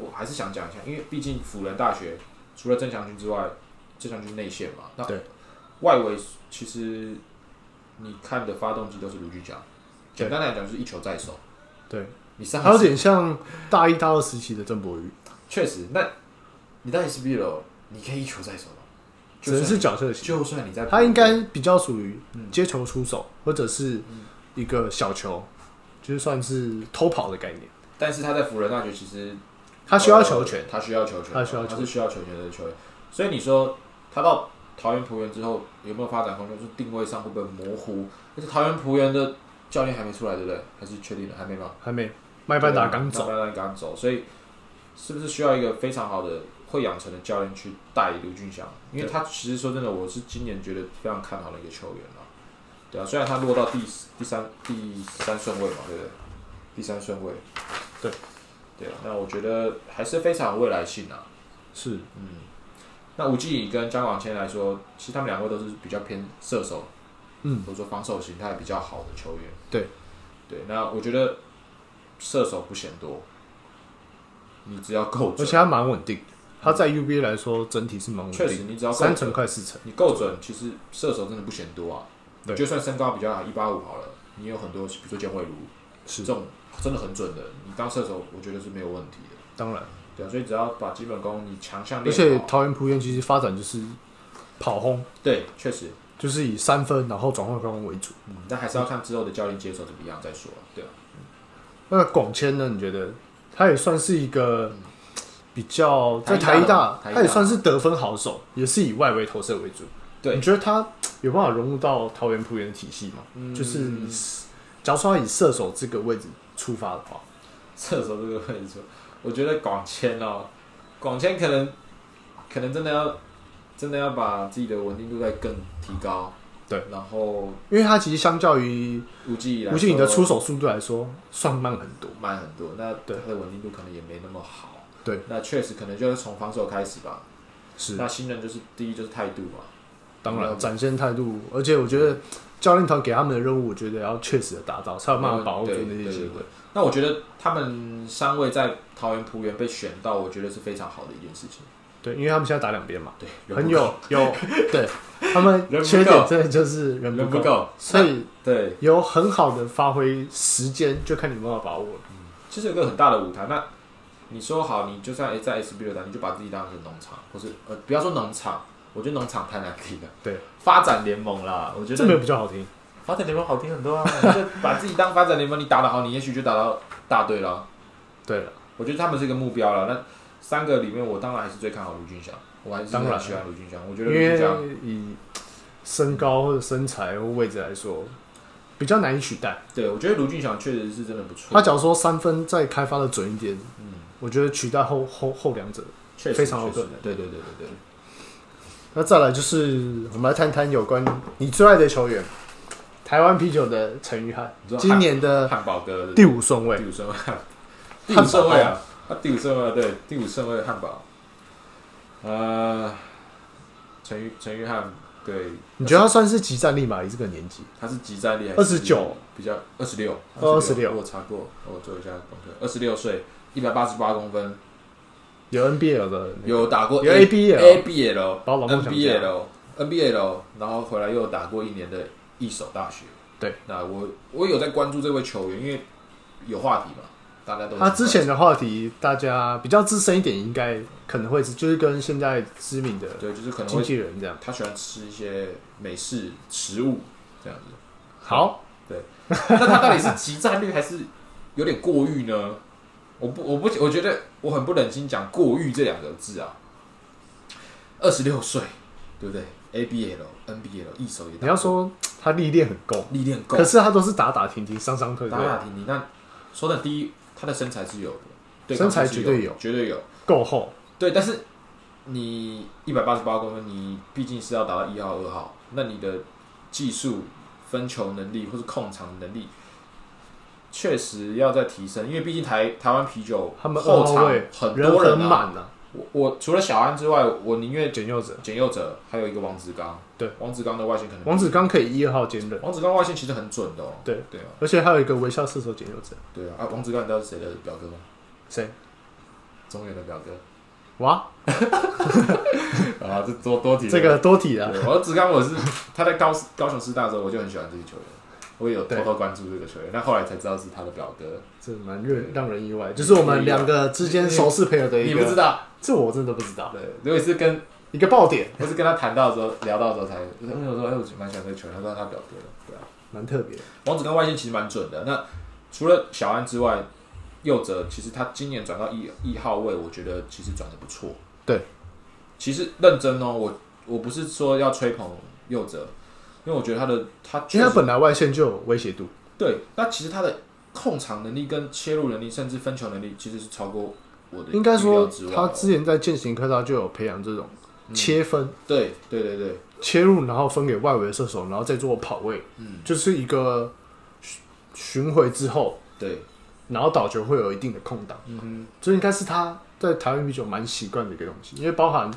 Speaker 2: 我还是想讲一下，因为毕竟辅仁大学除了郑祥军之外，郑祥军内线嘛，那
Speaker 1: 对
Speaker 2: 外围其实你看的发动机都是卢俊祥，
Speaker 1: 对
Speaker 2: 简单来讲就是一球在手，
Speaker 1: 对，
Speaker 2: 你上
Speaker 1: 还有点像大一大二时期的郑博宇，
Speaker 2: 确实，那你到 SBL 你可以一球在手吗？
Speaker 1: 只
Speaker 2: 就
Speaker 1: 能是
Speaker 2: 算
Speaker 1: 角色型。
Speaker 2: 就算你在，
Speaker 1: 他应该比较属于
Speaker 2: 嗯
Speaker 1: 接球出手，或者是一个小球，就是算是偷跑的概念。
Speaker 2: 但是他在辅仁大学其实
Speaker 1: 他需要球权
Speaker 2: 呃，他需要球权，
Speaker 1: 他需要球权
Speaker 2: 他是需要球权的球员。所以你说他到桃园璞园之后有没有发展空间？就是定位上会不会模糊？而且桃园璞园的教练还没出来，对不对？还是确定的还没吗？
Speaker 1: 还没麦班达刚
Speaker 2: 对
Speaker 1: 走，
Speaker 2: 啊麦班达刚走，所以是不是需要一个非常好的会养成的教练去带卢俊祥？因为他其实说真的，我是今年觉得非常看好的一个球员了。对啊，虽然他落到第四第三第三顺位嘛，对不对？第三顺位，
Speaker 1: 对
Speaker 2: 对啊，那我觉得还是非常有未来性啊。
Speaker 1: 是
Speaker 2: 那吴季颖跟江广谦来说，其实他们两个都是比较偏射手，
Speaker 1: 嗯，
Speaker 2: 或者说防守形态比较好的球员。
Speaker 1: 对，
Speaker 2: 对，那我觉得射手不嫌多，你只要够
Speaker 1: 而
Speaker 2: 准
Speaker 1: 且，他蛮稳定的。他在 UBA 来说整体是蛮稳
Speaker 2: 嗯确实
Speaker 1: 定
Speaker 2: 你只要
Speaker 1: 的，
Speaker 2: 够
Speaker 1: 三成
Speaker 2: 准，
Speaker 1: 快四成，
Speaker 2: 你够准，其实射手真的不嫌多啊。
Speaker 1: 对
Speaker 2: 就算身高比较好，一八五好了，你有很多，比如说健胃炉这
Speaker 1: 是
Speaker 2: 种真的很准的，你当射手我觉得是没有问题的。
Speaker 1: 当然。
Speaker 2: 对啊，所以只要把基本功你强项
Speaker 1: 而
Speaker 2: 练
Speaker 1: 且
Speaker 2: 好，
Speaker 1: 桃园璞园其实发展就是跑轰，
Speaker 2: 对，确实，
Speaker 1: 就是以三分然后转换快攻为主。
Speaker 2: 嗯，但还是要看之后的教练接手怎么样再说啊。对啊，
Speaker 1: 那广谦呢？你觉得他也算是一个比较在
Speaker 2: 台
Speaker 1: 台
Speaker 2: 一
Speaker 1: 一
Speaker 2: 大
Speaker 1: 大
Speaker 2: 的，台一大
Speaker 1: 他也算是得分好手，也是以外围投射为主。
Speaker 2: 对
Speaker 1: 你觉得他有办法融入到桃园浦原的体系嘛？
Speaker 2: 嗯
Speaker 1: 就是你是假如说他以射手这个位置出发的话，
Speaker 2: 射手这个位置，我觉得广谦哦，广谦可能可能真的要真的要把自己的稳定度再更提高。
Speaker 1: 对，
Speaker 2: 然后
Speaker 1: 因为他其实相较于
Speaker 2: 吴继怡来说，
Speaker 1: 吴敬宇的出手速度来说，算慢很多。
Speaker 2: 慢很多，那
Speaker 1: 对
Speaker 2: 他的稳定度可能也没那么好。
Speaker 1: 对，
Speaker 2: 那确实可能就是从防守开始吧。
Speaker 1: 是，
Speaker 2: 那新人就是第一就是态度嘛，
Speaker 1: 当然展现态度，而且我觉得教练团给他们的任务，我觉得要确实的达到，才有办法把握住那些机
Speaker 2: 对对对
Speaker 1: 会。
Speaker 2: 那我觉得他们三位在桃园浦园被选到，我觉得是非常好的一件事情。
Speaker 1: 对，因为他们现在打两边嘛，
Speaker 2: 对，
Speaker 1: 很有 有对，他们
Speaker 2: 人不
Speaker 1: 缺
Speaker 2: 够
Speaker 1: 点真的就是人
Speaker 2: 人
Speaker 1: 不
Speaker 2: 不
Speaker 1: 够，
Speaker 2: 够，
Speaker 1: 所以
Speaker 2: 对，
Speaker 1: 有很好的发挥时间，就看你有没有把握了。
Speaker 2: 其实有个很大的舞台。那你说好，你就算在 SBL 打，你就把自己当成农场，或是呃，不要说农场，我觉得农场太难听了。
Speaker 1: 对，
Speaker 2: 发展联盟啦，我觉
Speaker 1: 这没有
Speaker 2: 得
Speaker 1: 比较好听，
Speaker 2: 发展联盟好听很多啊。你就把自己当发展联盟，你打得好，你也许就打到大队了。
Speaker 1: 对了，
Speaker 2: 我觉得他们是一个目标了。那三个里面，我当然还是最看好卢俊祥，我还是
Speaker 1: 当然
Speaker 2: 很喜欢卢俊祥。我觉
Speaker 1: 因
Speaker 2: 得卢俊
Speaker 1: 为
Speaker 2: 祥
Speaker 1: 以身高或者身材或位置来说，比较难以取代。
Speaker 2: 对我觉得卢俊祥确实是真的不错
Speaker 1: 他。假如说三分再开发的准一点，
Speaker 2: 嗯
Speaker 1: 我觉得取代后后后两者。
Speaker 2: 确实
Speaker 1: 非常有
Speaker 2: 确实
Speaker 1: 可能
Speaker 2: 对对对对对。
Speaker 1: 那再来就是我们来谈谈有关你最爱的球员，台湾啤酒的陈玉翰
Speaker 2: 你知，道
Speaker 1: 今年的
Speaker 2: 汉堡哥
Speaker 1: 第五顺位
Speaker 2: 第，五顺位，啊第
Speaker 1: 汉堡
Speaker 2: 五顺位啊，啊第五顺位对第五顺位汉堡，呃，陈玉陈玉翰对，
Speaker 1: 你觉得他算是集战力吗？以这个年纪，
Speaker 2: 他是集战力还是
Speaker 1: 29
Speaker 2: 比较二十六
Speaker 1: 哦26
Speaker 2: 我查过，我做一下功课，二十六岁，一百八十八公分，
Speaker 1: 有 NBL 的那个
Speaker 2: 有打过
Speaker 1: 有 ABL
Speaker 2: ABL
Speaker 1: 把我老公讲掉
Speaker 2: NBL NBL，然后回来又打过一年的一手大学。
Speaker 1: 对，
Speaker 2: 那我我有在关注这位球员，因为有话题嘛，大家都
Speaker 1: 他之前的话题，大家比较资深一点，应该可能会是就是跟现在知名的
Speaker 2: 对，就是可能
Speaker 1: 经
Speaker 2: 会
Speaker 1: 纪人这样。
Speaker 2: 他喜欢吃一些美式食物这样子。
Speaker 1: 好，
Speaker 2: 那他到底是集战率还是有点过誉呢？我不，我不，我觉得我很不忍心讲“过誉”这两个字啊。二十六岁，对不对？ABL、NBL 一手也打过
Speaker 1: 你要说他历练很够，
Speaker 2: 历练够
Speaker 1: 可，是他都是打打停停、上上退退
Speaker 2: 打，打停停。那说的第一，他的身材是有的，对
Speaker 1: 身材
Speaker 2: 抗性是
Speaker 1: 绝对
Speaker 2: 有
Speaker 1: 有，
Speaker 2: 绝对有。
Speaker 1: 够厚。
Speaker 2: 对，但是你一百八十八公分，你毕竟是要打到一号、二号，那你的技术、分球能力或是控场能力，确实要再提升，因为毕竟台台湾啤酒
Speaker 1: 他们
Speaker 2: 后
Speaker 1: 二号
Speaker 2: 场
Speaker 1: 位
Speaker 2: 很
Speaker 1: 人
Speaker 2: 多
Speaker 1: 很
Speaker 2: 人啊。
Speaker 1: 满啊，
Speaker 2: 我我除了小安之外，我宁愿
Speaker 1: 简佑者，
Speaker 2: 简佑者，还有一个王子刚。
Speaker 1: 对，
Speaker 2: 王子刚的外线可能
Speaker 1: 王子刚可以一二号兼任，
Speaker 2: 王子刚外线其实很准的哦。
Speaker 1: 对
Speaker 2: 对啊，
Speaker 1: 而且还有一个微笑射手简佑者，
Speaker 2: 对啊。啊，王子刚你知道是谁的表哥吗？
Speaker 1: 谁？
Speaker 2: 中原的表哥。
Speaker 1: 哇，
Speaker 2: 啊，这多多提
Speaker 1: 这个多体啊，
Speaker 2: 对，我只刚我是他在高高雄师大的时候，我就很喜欢这个球员，我也有偷偷关注这个球员，但后来才知道是他的表哥。
Speaker 1: 这蛮让让人意外，就是我们两个之间熟识朋友的一
Speaker 2: 你不知
Speaker 1: 个，
Speaker 2: 道？
Speaker 1: 这我真的不知道，
Speaker 2: 对，我也是跟
Speaker 1: 一个爆点，
Speaker 2: 我是跟他谈到的时候，聊到的时候才，因为我说哎，我蛮喜欢这个球员，他说他表哥的，对啊。
Speaker 1: 蛮特别的。
Speaker 2: 王子跟外线其实蛮准的。那除了小安之外，右哲其实他今年转到一一号位，我觉得其实转的不错。
Speaker 1: 对，
Speaker 2: 其实认真哦，我我不是说要吹捧右哲，因为我觉得他的他
Speaker 1: 因
Speaker 2: 确
Speaker 1: 为
Speaker 2: 实
Speaker 1: 他本来外线就有威胁度，
Speaker 2: 对，那其实他的控场能力、跟切入能力，甚至分球能力，其实是超过我的
Speaker 1: 应该
Speaker 2: 预
Speaker 1: 说
Speaker 2: 料之外
Speaker 1: 他
Speaker 2: 哦
Speaker 1: 之嗯前在践行科他就有培养这种切分、
Speaker 2: 对对对对，
Speaker 1: 切入，然后分给外围的射手，然后再做跑位，
Speaker 2: 嗯，
Speaker 1: 就是一个巡巡回之后，
Speaker 2: 对，
Speaker 1: 然后倒球会有一定的空档，
Speaker 2: 嗯哼，
Speaker 1: 这应该是他在台湾啤酒蛮习惯的一个东西，因为包含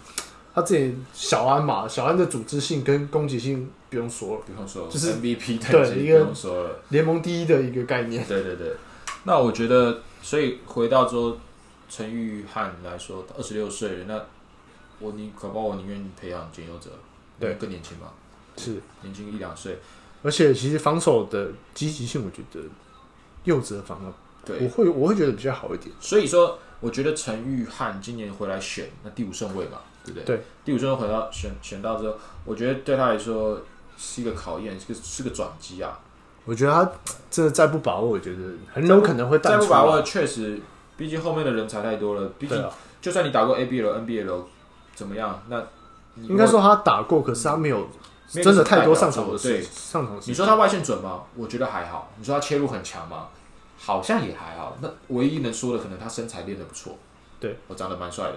Speaker 1: 他自己小安嘛，小安的组织性跟攻击性不用说了，
Speaker 2: 不用说，
Speaker 1: 就是
Speaker 2: MVP
Speaker 1: 对
Speaker 2: 等级不
Speaker 1: 一个
Speaker 2: 用说了，
Speaker 1: 联盟第一的一个概念。
Speaker 2: 对对对。那我觉得，所以回到说陈玉翰来说，二十六岁了，那我你搞不好我宁愿培养简佑哲，
Speaker 1: 对
Speaker 2: 更年轻嘛，
Speaker 1: 是，
Speaker 2: 年轻一两岁，
Speaker 1: 而且其实防守的积极性，我觉得右折反而
Speaker 2: 对，
Speaker 1: 我会我会觉得比较好一点。
Speaker 2: 所以说，我觉得陈玉翰今年回来选那第五顺位嘛，对不对？
Speaker 1: 对，
Speaker 2: 第五顺位回到选选到之后，我觉得对他来说是一个考验，是个是个转机啊。
Speaker 1: 我觉得他真的再不把握，我觉得很有可能会
Speaker 2: 再
Speaker 1: 淡
Speaker 2: 不
Speaker 1: 出。
Speaker 2: 把握，确实，毕竟后面的人才太多了。毕
Speaker 1: 对
Speaker 2: 竟
Speaker 1: 啊，
Speaker 2: 就算你打过 ABL、NBL 怎么样，那你
Speaker 1: 应该说他打过，可是他没有
Speaker 2: 没
Speaker 1: 真
Speaker 2: 有
Speaker 1: 的
Speaker 2: 就是代
Speaker 1: 太
Speaker 2: 表
Speaker 1: 多上场
Speaker 2: 作
Speaker 1: 的
Speaker 2: 对
Speaker 1: 时上场时
Speaker 2: 你说他外线准吗？我觉得还好。你说他切入很强吗？好像也还好。那唯一能说的，可能他身材练得不错。
Speaker 1: 对，
Speaker 2: 我长得蛮帅的，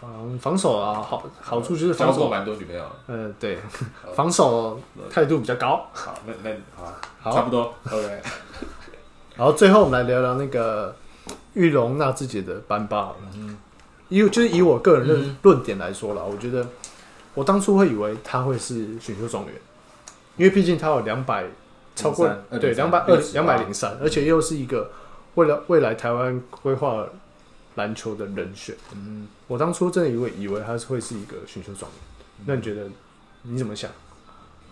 Speaker 1: 防防守啊，好好处就是
Speaker 2: 交
Speaker 1: 防
Speaker 2: 过
Speaker 1: 守，
Speaker 2: 蛮多女朋友的。
Speaker 1: 呃，对， 防守态度比较高。
Speaker 2: 好，那那好啊，
Speaker 1: 好
Speaker 2: 差不多。OK，
Speaker 1: 然后最后我们来聊聊那个玉龙纳智捷的班霸好了。以就是以我个人论论点来说啦，我觉得我当初会以为他会是选秀状元，因为毕竟他有两百超过
Speaker 2: 203
Speaker 1: 对两百二
Speaker 2: 208
Speaker 1: 两百零三，而且又是一个为了未来台湾规划篮球的人选。
Speaker 2: 嗯，
Speaker 1: 我当初真的以为以为他是会是一个选秀状元，那你觉得你怎么想？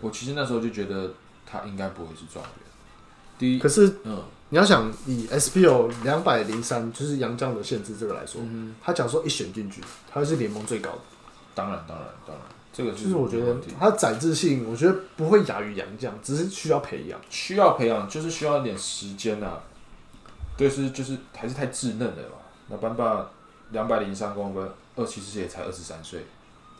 Speaker 2: 我其实那时候就觉得他应该不会是状元。第一，
Speaker 1: 可是
Speaker 2: 嗯
Speaker 1: 你要想以 SPO 两百零三，就是杨将的限制这个来说，
Speaker 2: 嗯，
Speaker 1: 他假如说一选进去，他会是联盟最高的。
Speaker 2: 当然当然当然，这个
Speaker 1: 就是我觉
Speaker 2: 嗯
Speaker 1: 得
Speaker 2: 没问题
Speaker 1: 他载质性，我觉得不会亚于杨将，只是需要培养。
Speaker 2: 需要培养，就是需要一点时间呐、啊。对，是就是还是太稚嫩了吧？那班霸两百零三公分，二其实也才二十三岁。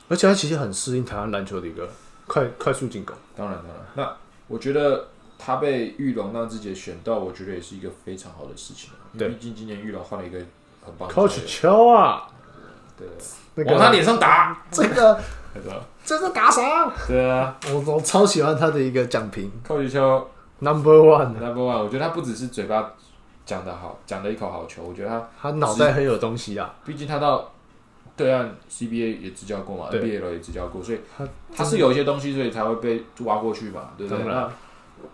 Speaker 1: 而且他其实很适应台湾篮球的一个快快速进攻。
Speaker 2: 当然，当然。那我觉得他被玉龙让自己选到，我觉得也是一个非常好的事情啊。因为
Speaker 1: 对
Speaker 2: 毕竟今年玉龙换了一个很棒的球
Speaker 1: Coach
Speaker 2: 员，
Speaker 1: 敲啊，
Speaker 2: 对，
Speaker 1: 那
Speaker 2: 往他
Speaker 1: 个
Speaker 2: 脸上打，
Speaker 1: 这个
Speaker 2: 对啊，
Speaker 1: 这是打啥？
Speaker 2: 对啊
Speaker 1: 我我超喜欢他的一个奖评
Speaker 2: ，Coach 乔
Speaker 1: Number One，
Speaker 2: Number One，我觉得他不只是嘴巴讲的好，讲了一口好球，我觉得他，
Speaker 1: 他脑袋很有东西啊。
Speaker 2: 毕竟他到对岸 CBA 也执教过嘛
Speaker 1: 对
Speaker 2: ，NBL 也执教过，所以
Speaker 1: 他
Speaker 2: 他是有一些东西，所以才会被挖过去嘛，对不对？
Speaker 1: 当然
Speaker 2: 那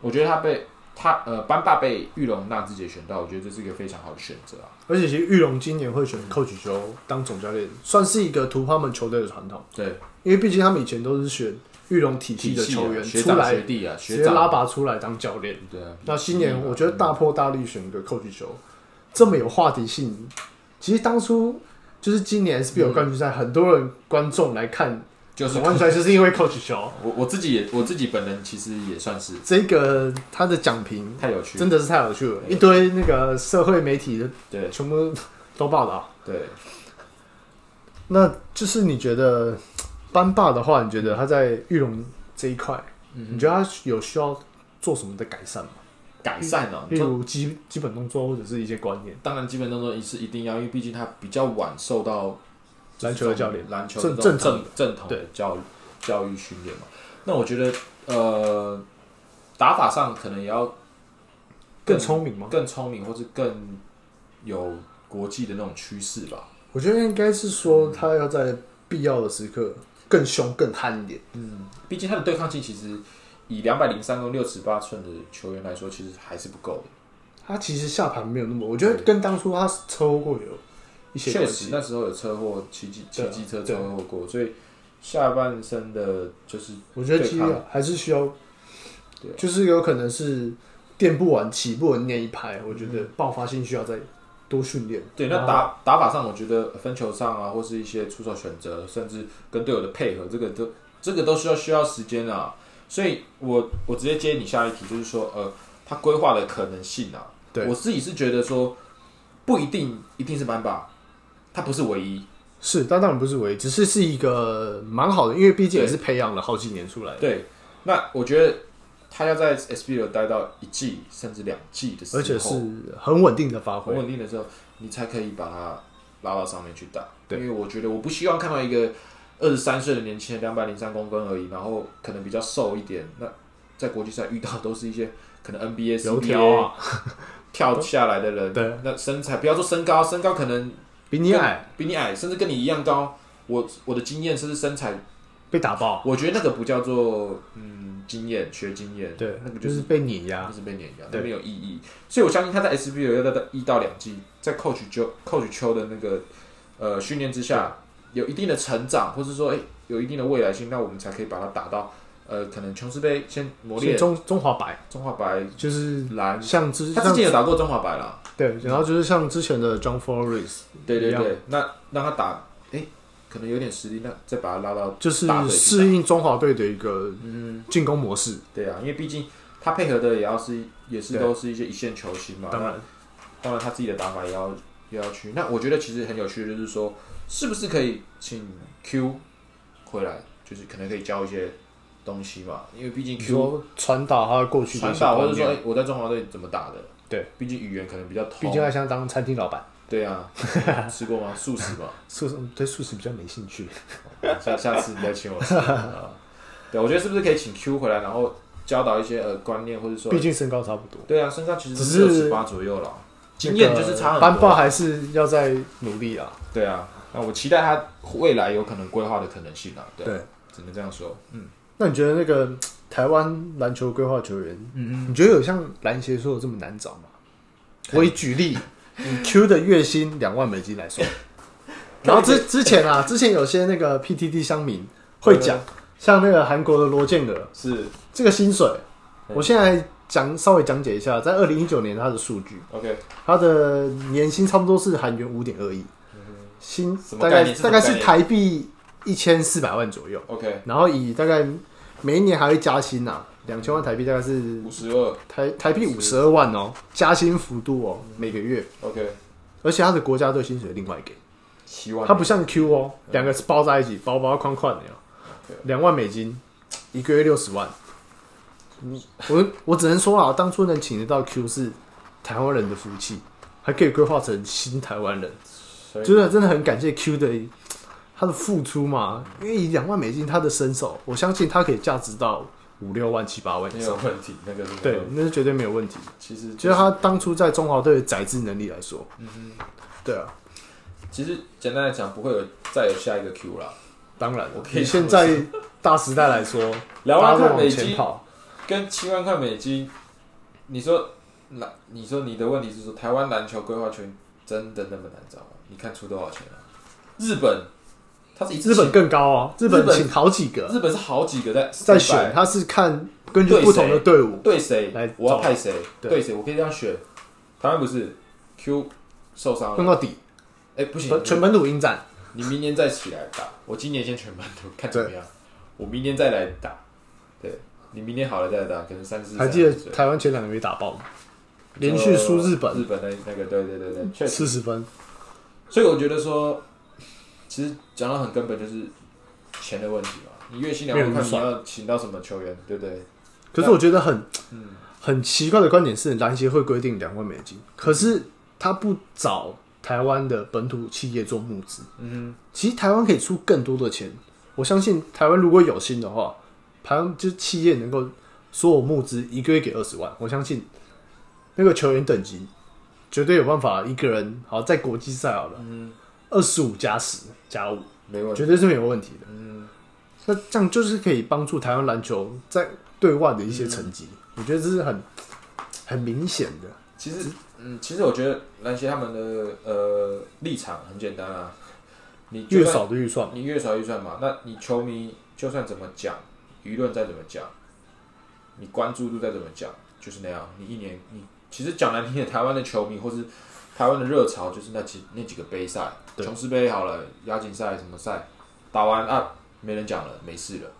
Speaker 2: 我觉得他被他呃班霸被玉龙纳智捷选到，我觉得这是一个非常好的选择啊。
Speaker 1: 而且其实玉龙今年会选 Coach 球当总教练，算是一个突破他们球队的传统，
Speaker 2: 对，
Speaker 1: 因为毕竟他们以前都是选玉龙体系的球员
Speaker 2: 啊学
Speaker 1: 出
Speaker 2: 长
Speaker 1: 来
Speaker 2: 学弟啊，
Speaker 1: 直
Speaker 2: 学
Speaker 1: 接
Speaker 2: 长
Speaker 1: 拉拔出来当教练。
Speaker 2: 对啊。
Speaker 1: 那新年我觉得大破大立选一个扣击球，这么有话题性。其实当初就是今年
Speaker 2: 嗯
Speaker 1: SBL 冠军赛，很多人观众来看
Speaker 2: 就是
Speaker 1: 总冠军赛，就是因为扣击球。
Speaker 2: 我我自己也我自己本人其实也算是
Speaker 1: 这个他的奖评
Speaker 2: 太有趣了，
Speaker 1: 真的是太有趣了，一堆那个社会媒体的
Speaker 2: 对
Speaker 1: 全部都报道。
Speaker 2: 对，
Speaker 1: 那就是你觉得班霸的话，你觉得他在玉龙这一块，
Speaker 2: 嗯
Speaker 1: 你觉得他有需要做什么的改善吗？
Speaker 2: 改善哦、
Speaker 1: 例
Speaker 2: 你说
Speaker 1: 如基基本动作或者是一些观念，
Speaker 2: 当然基本动作是一定要，因为毕竟他比较晚受到
Speaker 1: 篮球的教练，
Speaker 2: 篮球
Speaker 1: 正
Speaker 2: 这
Speaker 1: 正
Speaker 2: 种
Speaker 1: 统
Speaker 2: 正正统的
Speaker 1: 对
Speaker 2: 教教育训练嘛。那我觉得呃打法上可能也要
Speaker 1: 更聪明吗？
Speaker 2: 更聪明，或是更有国际的那种趋势吧。
Speaker 1: 我觉得应该是
Speaker 2: 嗯
Speaker 1: 说他要在必要的时刻更凶、更悍一点。
Speaker 2: 毕竟他的对抗性其实以两百零三公六尺八寸的球员来说，其实还是不够的。
Speaker 1: 他其实下盘没有那么，我觉得跟当初他抽过有一些
Speaker 2: 确
Speaker 1: 关
Speaker 2: 实
Speaker 1: 系。
Speaker 2: 那时候有车祸，骑机
Speaker 1: 对啊
Speaker 2: 骑机车车祸过，所以下半身的就是
Speaker 1: 我觉得其实
Speaker 2: 对抗
Speaker 1: 还是需要
Speaker 2: 对啊，
Speaker 1: 就是有可能是垫不完、起不稳那一拍，我觉得爆发性需要再多训练。
Speaker 2: 嗯对。那
Speaker 1: 然后
Speaker 2: 打打法上，我觉得分球上啊，或是一些出手选择，甚至跟队友的配合，这个都这个都需要需要时间啊。所以我我直接接你下一题，就是说呃，他规划的可能性啊，
Speaker 1: 对
Speaker 2: 我自己是觉得说不一定一定是班霸，他不是唯一。
Speaker 1: 是，但当然不是唯一，只是是一个蛮好的，因为毕竟也是培养了好几年出来的，
Speaker 2: 对，那我觉得他要在 SBL 待到一季甚至两季的时候，
Speaker 1: 而且是很稳定的发
Speaker 2: 很
Speaker 1: 挥。
Speaker 2: 稳定的时候，你才可以把它拉到上面去打。
Speaker 1: 对
Speaker 2: 因为我觉得我不希望看到一个二十三岁的年轻人，两百零三公分而已，然后可能比较瘦一点。那在国际赛遇到都是一些可能 NBA、
Speaker 1: 油条
Speaker 2: CBA
Speaker 1: 啊，
Speaker 2: 跳下来的人，
Speaker 1: 对，
Speaker 2: 那身材不要说身高，身高可能
Speaker 1: 比你矮
Speaker 2: 比你矮，甚至跟你一样高。我我的经验甚至身材，
Speaker 1: 被打爆，
Speaker 2: 我觉得那个不叫做嗯经验，学经验，
Speaker 1: 对
Speaker 2: 那个，就
Speaker 1: 就是是被碾压
Speaker 2: 就。是被碾压，那
Speaker 1: 啊对
Speaker 2: 没有意义。所以我相信他在 SBL 要到一到两季，在 Coach 秋 Coach 秋的那个呃训练之下，有一定的成长，或是说哎、有一定的未来性，那我们才可以把它打到呃可能琼斯杯先磨
Speaker 1: 所以
Speaker 2: 练
Speaker 1: 中中华白
Speaker 2: 中华白
Speaker 1: 就是
Speaker 2: 蓝，
Speaker 1: 像之
Speaker 2: 他之
Speaker 1: 像
Speaker 2: 前有打过中华白啦，
Speaker 1: 对，然后就是像之前的 John Flores，
Speaker 2: 对对
Speaker 1: 一样
Speaker 2: 对，那让他打哎、可能有点实力，那再把他拉到
Speaker 1: 就是
Speaker 2: 大队嗯去打
Speaker 1: 适应中华队的一个进攻模式。
Speaker 2: 对啊，因为毕竟他配合的也要是也是
Speaker 1: 对
Speaker 2: 都是一些一线球星嘛，
Speaker 1: 当然，
Speaker 2: 当然他自己的打法也要也要去。那我觉得其实很有趣的就是说，是不是可以请 Q 回来，就是可能可以教一些东西嘛，因为毕竟
Speaker 1: 你
Speaker 2: Q
Speaker 1: 说传导他过去的
Speaker 2: 传
Speaker 1: 一些
Speaker 2: 打或
Speaker 1: 观
Speaker 2: 者说
Speaker 1: 念，哦
Speaker 2: 哎我在中华队怎么打的，
Speaker 1: 对，
Speaker 2: 毕竟语言可能比较
Speaker 1: 毕
Speaker 2: 通
Speaker 1: 竟。他想当餐厅老板，
Speaker 2: 对 啊，吃过吗？素食吧，
Speaker 1: 素食对素食比较没兴趣。
Speaker 2: 下下次你再请我吃啊。对，我觉得是不是可以请 Q 回来，然后教导一些呃观念，或者说
Speaker 1: 毕竟身高差不多，
Speaker 2: 对啊，身高其实
Speaker 1: 只
Speaker 2: 是
Speaker 1: 是
Speaker 2: 六十八左右了，经验就是差很
Speaker 1: 班
Speaker 2: 多
Speaker 1: 霸
Speaker 2: 啊啦。
Speaker 1: 还是要再努力啊。
Speaker 2: 对啊，那我期待他未来有可能规划的可能性啊。对，
Speaker 1: 对，
Speaker 2: 只能这样说。嗯
Speaker 1: 那你觉得那个台湾篮球规划球员，
Speaker 2: 嗯
Speaker 1: 你觉得有像篮协说的这么难找吗？我以举例，
Speaker 2: 嗯
Speaker 1: 以 Q 的月薪两万美金来说，然后之之前啊，之前有些那个 PTT 乡民会讲，像那个韩国的罗建尔，
Speaker 2: 是
Speaker 1: 这个薪水，
Speaker 2: 嗯
Speaker 1: 我现在讲稍微讲解一下，在二零一九年他的数据，
Speaker 2: OK，
Speaker 1: 他的年薪差不多是韩元五点二亿，薪
Speaker 2: 嗯什么
Speaker 1: 大
Speaker 2: 概
Speaker 1: 概
Speaker 2: 念
Speaker 1: 大概
Speaker 2: 什么概
Speaker 1: 是
Speaker 2: 念
Speaker 1: 台币一千四百万左右，
Speaker 2: OK，
Speaker 1: 然后以大概每一年还会加薪呐、啊，两千万台币大概是
Speaker 2: 五十二
Speaker 1: 台台币五十二万哦，加薪幅度哦，
Speaker 2: 嗯
Speaker 1: 每个月，
Speaker 2: OK，
Speaker 1: 而且他的国家队薪水另外给，
Speaker 2: 七万。
Speaker 1: 他不像 Q 哦，两个是包在一起，包包框框的哦
Speaker 2: 对，
Speaker 1: 两万美金，一个月六十万。嗯我我只能说啊，当初能请得到 Q 是台湾人的福气，还可以规划成新台湾人，
Speaker 2: 所以
Speaker 1: 真的真的很感谢 Q 的他的付出嘛，因为以两万美金他的身手，我相信他可以价值到五六万七八万以
Speaker 2: 没
Speaker 1: 上
Speaker 2: 有，问题，那个是没有
Speaker 1: 对，那是绝对没有问题。
Speaker 2: 其实
Speaker 1: 就是他当初在中华队的宰制能力来说，
Speaker 2: 嗯
Speaker 1: 对啊，
Speaker 2: 其实简单来讲，不会有再有下一个 Q 啦。
Speaker 1: 当然
Speaker 2: 我，可以
Speaker 1: 以现在大时代来说，
Speaker 2: 两万
Speaker 1: 大家
Speaker 2: 块
Speaker 1: 都
Speaker 2: 美
Speaker 1: 往前
Speaker 2: 金
Speaker 1: 跑，
Speaker 2: 跟七万块美金，你说篮，你说你的问题是说台湾篮球规划权真的那么难找吗？你看出多少钱了、日本，它是一次
Speaker 1: 日本更高哦，日本
Speaker 2: 日本
Speaker 1: 请好几
Speaker 2: 请
Speaker 1: 个
Speaker 2: 日本是好几个在
Speaker 1: 在
Speaker 2: 在
Speaker 1: 选，他是看根据不同的队伍，
Speaker 2: 对谁
Speaker 1: 来，
Speaker 2: 我要
Speaker 1: 找
Speaker 2: 派谁，
Speaker 1: 对
Speaker 2: 对谁，我可以这样选。台湾不是 Q 受伤
Speaker 1: 弄
Speaker 2: 了，
Speaker 1: 到底，
Speaker 2: 哎、不行，
Speaker 1: 嗯呃全本土应战，
Speaker 2: 你明年再起来打，我今年先全班读，看怎么样。我明年再来打，对你明年好了再来打，可能三四。
Speaker 1: 还记得
Speaker 2: 三十岁
Speaker 1: 台湾前两个月打爆吗？连续输日
Speaker 2: 日
Speaker 1: 本嗯
Speaker 2: 本的那个，对对对对，确实。
Speaker 1: 四十分，
Speaker 2: 所以我觉得说，其实讲到很根本就是钱的问题嘛。你月薪两万
Speaker 1: 没
Speaker 2: 块，
Speaker 1: 有
Speaker 2: 你
Speaker 1: 人算
Speaker 2: 要请到什么球员，对不对？
Speaker 1: 可是我觉得很
Speaker 2: 嗯
Speaker 1: 很奇怪的观点是，篮协会规定两万美金，可是他不找台湾的本土企业做募资。
Speaker 2: 嗯
Speaker 1: 其实台湾可以出更多的钱。我相信台湾如果有心的话，台湾就是企业能够所有募资一个月给二十万，我相信那个球员等级绝对有办法一个人好在国际赛好了，
Speaker 2: 嗯，
Speaker 1: 二十五加十加五，
Speaker 2: 没问题。
Speaker 1: 绝对是没有问题的。
Speaker 2: 嗯，
Speaker 1: 那这样就是可以帮助台湾篮球在对外的一些成绩，我觉得这是很很明显的。
Speaker 2: 其实，嗯，其实我觉得篮协他们的呃立场很简单啊，你就
Speaker 1: 越
Speaker 2: 算
Speaker 1: 少的预算，
Speaker 2: 你越少预算嘛，那你球迷就算怎么讲，舆论再怎么讲，你关注度再怎么讲，就是那样。你一年，你其实讲难听点，台湾的球迷或是台湾的热潮，就是那几那几个杯赛，
Speaker 1: 对
Speaker 2: 琼斯杯好了，亚锦赛什么赛，打完啊，没人讲了，没事了。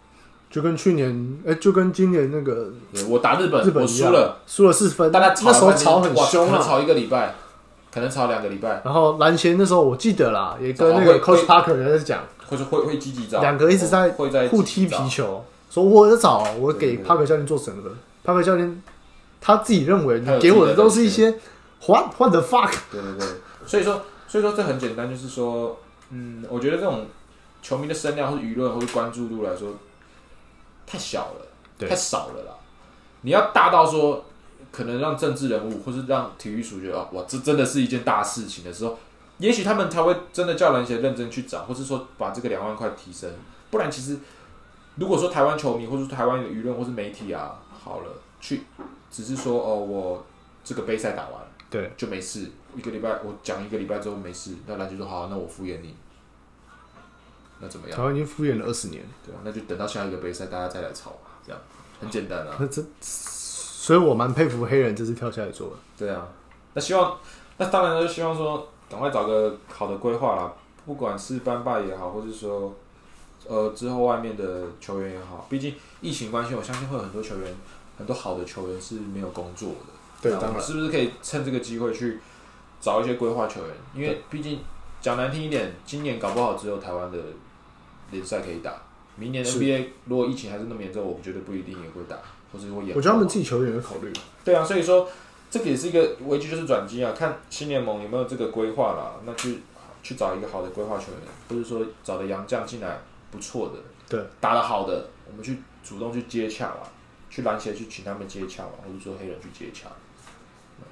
Speaker 1: 就跟去年，哎、就跟今年那个
Speaker 2: 我打日本，
Speaker 1: 日本
Speaker 2: 我
Speaker 1: 一
Speaker 2: 输
Speaker 1: 样
Speaker 2: 了，，
Speaker 1: 输了四分，
Speaker 2: 大家
Speaker 1: 那时候
Speaker 2: 吵
Speaker 1: 吵
Speaker 2: 了
Speaker 1: 很
Speaker 2: 半天
Speaker 1: 凶
Speaker 2: 哇可能
Speaker 1: 啊，
Speaker 2: 吵一个礼拜，可能吵两个礼拜，
Speaker 1: 然后篮协那时候我记得啦，也跟那个
Speaker 2: 哦会
Speaker 1: Coach Parker 也在讲，
Speaker 2: 或者会会积极找，
Speaker 1: 两个一直在
Speaker 2: 会在
Speaker 1: 互踢皮球，说我在找，我
Speaker 2: 对
Speaker 1: 给
Speaker 2: 对对
Speaker 1: Parker 教练做审核，Parker 教练他自己认为
Speaker 2: 他有
Speaker 1: 你给我的都是一
Speaker 2: 自己
Speaker 1: 些 what what the fuck，
Speaker 2: 对对对，所以说，所以说这很简单，就是说，嗯，我觉得这种球迷的声量或者舆论或者关注度来说，太小了，
Speaker 1: 对
Speaker 2: 太少了啦。你要大到说，可能让政治人物或是让体育署觉得哦，哇，这真的是一件大事情的时候，也许他们才会真的叫篮协认真去找，或是说把这个两万块提升。不然，其实如果说台湾球迷或者台湾的舆论或是媒体啊，好了，去只是说哦，我这个杯赛打完了。
Speaker 1: 对，
Speaker 2: 就没事，一个礼拜我讲一个礼拜之后没事，那篮球说好，那我敷衍你，那怎么样？
Speaker 1: 台湾已经敷衍了二十年，
Speaker 2: 对啊，那就等到下一个杯赛大家再来吵嘛，这样很简单啊。
Speaker 1: 那这，所以我蛮佩服黑人这次跳下来做的，
Speaker 2: 对啊，那希望，那当然就希望说赶快找个好的规划啦，不管是班霸也好，或是说呃之后外面的球员也好，毕竟疫情关系，我相信会有很多球员，很多好的球员是没有工作的。
Speaker 1: 对
Speaker 2: 那，我
Speaker 1: 当
Speaker 2: 们
Speaker 1: 然，
Speaker 2: 是不是可以趁这个机会去找一些规划球员？因为毕竟讲难听一点，今年搞不好只有台湾的联赛可以打，明年
Speaker 1: 是
Speaker 2: NBA 如果疫情还是那么严重，我们觉得不一定也会打，或是会延后。
Speaker 1: 我觉得他们自己球员会考虑，
Speaker 2: 对啊，所以说这个也是一个危机，就是转机啊，看新联盟有没有这个规划啦。那去去找一个好的规划球员，不是说找的洋将进来不错的，
Speaker 1: 对，
Speaker 2: 打得好的，我们去主动去接洽啊，去篮协去请他们接洽啊，或者说黑人去接洽，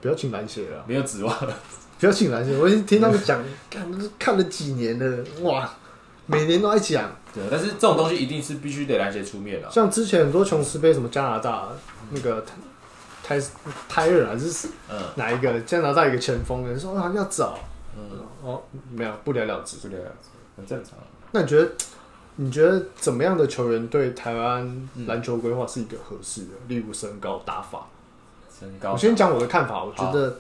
Speaker 1: 不要请篮协了，
Speaker 2: 没有指望。
Speaker 1: 不要请篮协。我已经听他们讲， 看看了几年了，哇，每年都在讲。
Speaker 2: 对，但是这种东西一定是必须得篮协出面的、啊。
Speaker 1: 像之前很多琼斯杯，什么加拿大那个泰泰泰尔还是
Speaker 2: 嗯，
Speaker 1: 哪一个加拿大一个前锋人说啊要找，
Speaker 2: 嗯
Speaker 1: 哦没有不了了之。
Speaker 2: 这个很正常啊。
Speaker 1: 那你觉得你觉得怎么样的球员对台湾篮球规划是一个合适的？例如身高、打法。
Speaker 2: 身高
Speaker 1: 我，先讲我的看法，我觉得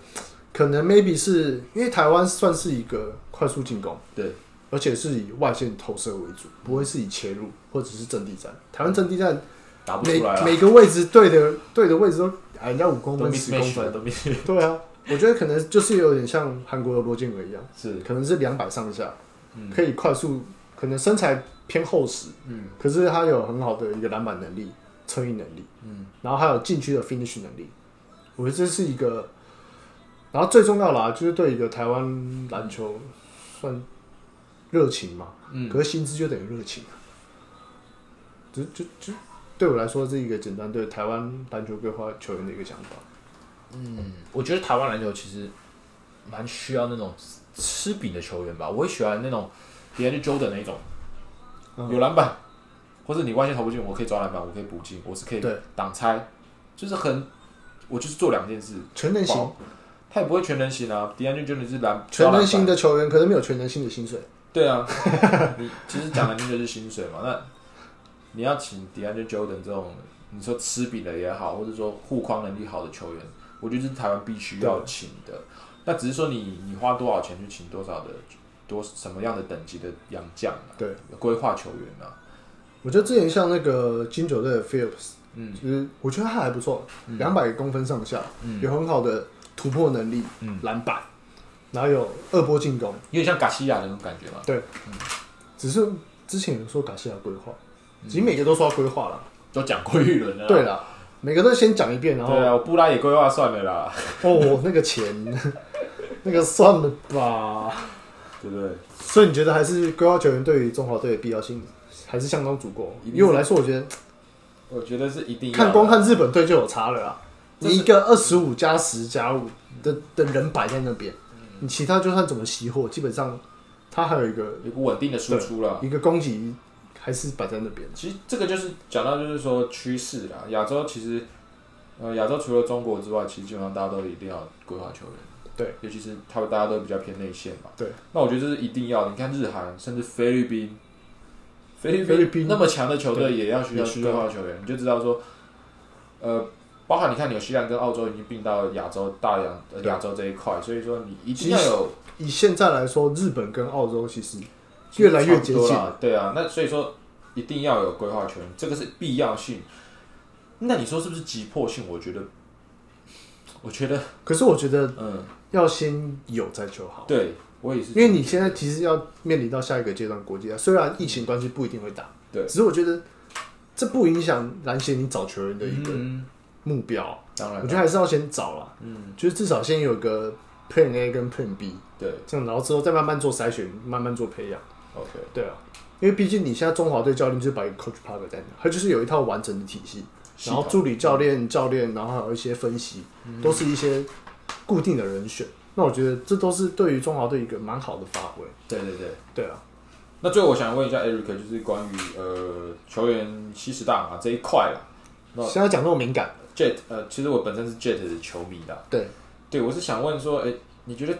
Speaker 1: 可能 maybe 是因为台湾算是一个快速进攻，
Speaker 2: 对，
Speaker 1: 而且是以外线投射为主，不会是以切入或者是阵地战。台湾阵地战
Speaker 2: 打不
Speaker 1: 每
Speaker 2: 出来啊，
Speaker 1: 每个位置对的对的位置都矮人家五公
Speaker 2: 都
Speaker 1: 分、十公
Speaker 2: mismatch
Speaker 1: 分。
Speaker 2: 了都 mismatch
Speaker 1: 对啊，我觉得可能就是有点像韩国的罗建伟一样，
Speaker 2: 是，
Speaker 1: 可能是两百上下，
Speaker 2: 嗯
Speaker 1: 可以快速，可能身材偏厚实，
Speaker 2: 嗯
Speaker 1: 可是他有很好的一个篮板能力、策应能力。
Speaker 2: 嗯，
Speaker 1: 然后还有禁区的 finish 能力，我觉得这是一个，然后最重要啦，就是对一个台湾篮球算热情嘛，
Speaker 2: 嗯
Speaker 1: 可是薪资就等于热情啊，就就就对我来说是一个简单对台湾篮球规划球员的一个想法，
Speaker 3: 我觉得台湾篮球其实蛮需要那种吃饼的球员吧，我会喜欢那种别人 Jordan 那种，
Speaker 1: 嗯
Speaker 2: 有篮板，或者你外线投不进，我可以抓篮板，我可以补进，我是可以
Speaker 1: 对
Speaker 2: 挡拆，就是很，我就是做两件事，
Speaker 1: 全能型
Speaker 2: 保他也不会全能型啊，迪安就真的是篮
Speaker 1: 全能型
Speaker 2: 的，
Speaker 1: 的球员，可是没有全能型的薪水，
Speaker 2: 对啊，你其实讲的就是薪水嘛，那你要请迪安就 Jordan 这种，你说吃饼的也好，或者说护框能力好的球员，我觉得这是台湾必须要请的，那只是说你你花多少钱去请多少的多什么样的等级的洋将啊，
Speaker 1: 对
Speaker 2: 规划球员啊，
Speaker 1: 我觉得之前像那个金九队的 Phillips，
Speaker 2: 嗯
Speaker 1: 就是我觉得他还不错，两百、公分上下，
Speaker 2: 嗯
Speaker 1: 有很好的突破能力，
Speaker 3: 嗯
Speaker 1: 篮板，然后有二波进攻。
Speaker 2: 有点像嘎西亚的那种感觉嘛，
Speaker 1: 只是之前有说感谢亚规划，
Speaker 2: 嗯
Speaker 1: 其实每个都说要规划了。
Speaker 2: 都讲过一轮了啦，
Speaker 1: 对啦，每个都先讲一遍，然后
Speaker 2: 啊对啊，我布拉也规划算了啦，
Speaker 1: 哦，我那个钱， 那个算了吧。
Speaker 2: 对不对？
Speaker 1: 所以你觉得还是规划球员对于中华队的必要性还是相当足够？
Speaker 2: 一定是
Speaker 1: 因为我来说，我觉得
Speaker 2: 我觉得是一定要的
Speaker 1: 看光看日本队就有差了啦。
Speaker 2: 这
Speaker 1: 你
Speaker 2: 是
Speaker 1: 一个二十五加十加五的的人摆在那边，
Speaker 2: 嗯
Speaker 1: 你其他就算怎么熄火，基本上他还有一个
Speaker 2: 有个稳定的输出啦。
Speaker 1: 一个攻击还是摆在那边。
Speaker 2: 其实这个就是讲到就是说趋势啦，亚洲其实呃亚洲除了中国之外，其实基本上大家都一定要规划球员。
Speaker 1: 对，
Speaker 2: 尤其是他们大家都比较偏内线嘛。
Speaker 1: 对，
Speaker 2: 那我觉得这是一定要的。你看日韩，甚至菲律宾，菲律
Speaker 1: 菲律
Speaker 2: 宾
Speaker 1: 宾
Speaker 2: 那么强的球队也要需要
Speaker 1: 也需
Speaker 2: 规
Speaker 1: 要
Speaker 2: 划球员，你就知道说，呃，包含你看纽西兰跟澳洲已经并到亚洲大洋呃
Speaker 1: 对
Speaker 2: 亚洲这一块，所以说你一定
Speaker 1: 其实
Speaker 2: 要有
Speaker 1: 以现在来说，日本跟澳洲其实越来越接
Speaker 2: 差不多
Speaker 1: 近。
Speaker 2: 啦对啊，那所以说一定要有规划权，这个是必要性。那你说是不是急迫性？我觉得，我觉得，
Speaker 1: 可是我觉得
Speaker 2: 嗯，
Speaker 1: 要先有再求呃好，
Speaker 2: 对我也是，
Speaker 1: 因为你现在其实要面临到下一个阶段国际赛，虽然疫情关系不一定会打，
Speaker 2: 对
Speaker 1: 只是我觉得这不影响篮协你找球员的一个
Speaker 2: 嗯，
Speaker 1: 目标，啊
Speaker 2: 当然
Speaker 1: 我觉得还是要先找啦，
Speaker 2: 嗯，
Speaker 1: 就是至少先有个 Plan A 跟 Plan B，
Speaker 2: 对
Speaker 1: 这样，然后之后再慢慢做筛选，慢慢做培养，
Speaker 2: ，OK，
Speaker 1: 对啊，因为毕竟你现在中华队教练就是把一个 Coach Parker 在那，他就是有一套完整的体系，然后
Speaker 2: 系统嗯
Speaker 1: 助理教练、教练，然后还有一些分析，都是一些固定的人选。那我觉得这都是对于中华队一个蛮好的发挥。
Speaker 2: 对对对。
Speaker 1: 对啊，
Speaker 2: 那最后我想问一下 Eric，就是关于呃球员吸食大麻这一块啊啦。那
Speaker 1: 现在讲那么敏感，
Speaker 2: Jet，呃，其实我本身是 Jet 的球迷啦。
Speaker 1: 对，
Speaker 2: 对，我是想问说，哎、你觉得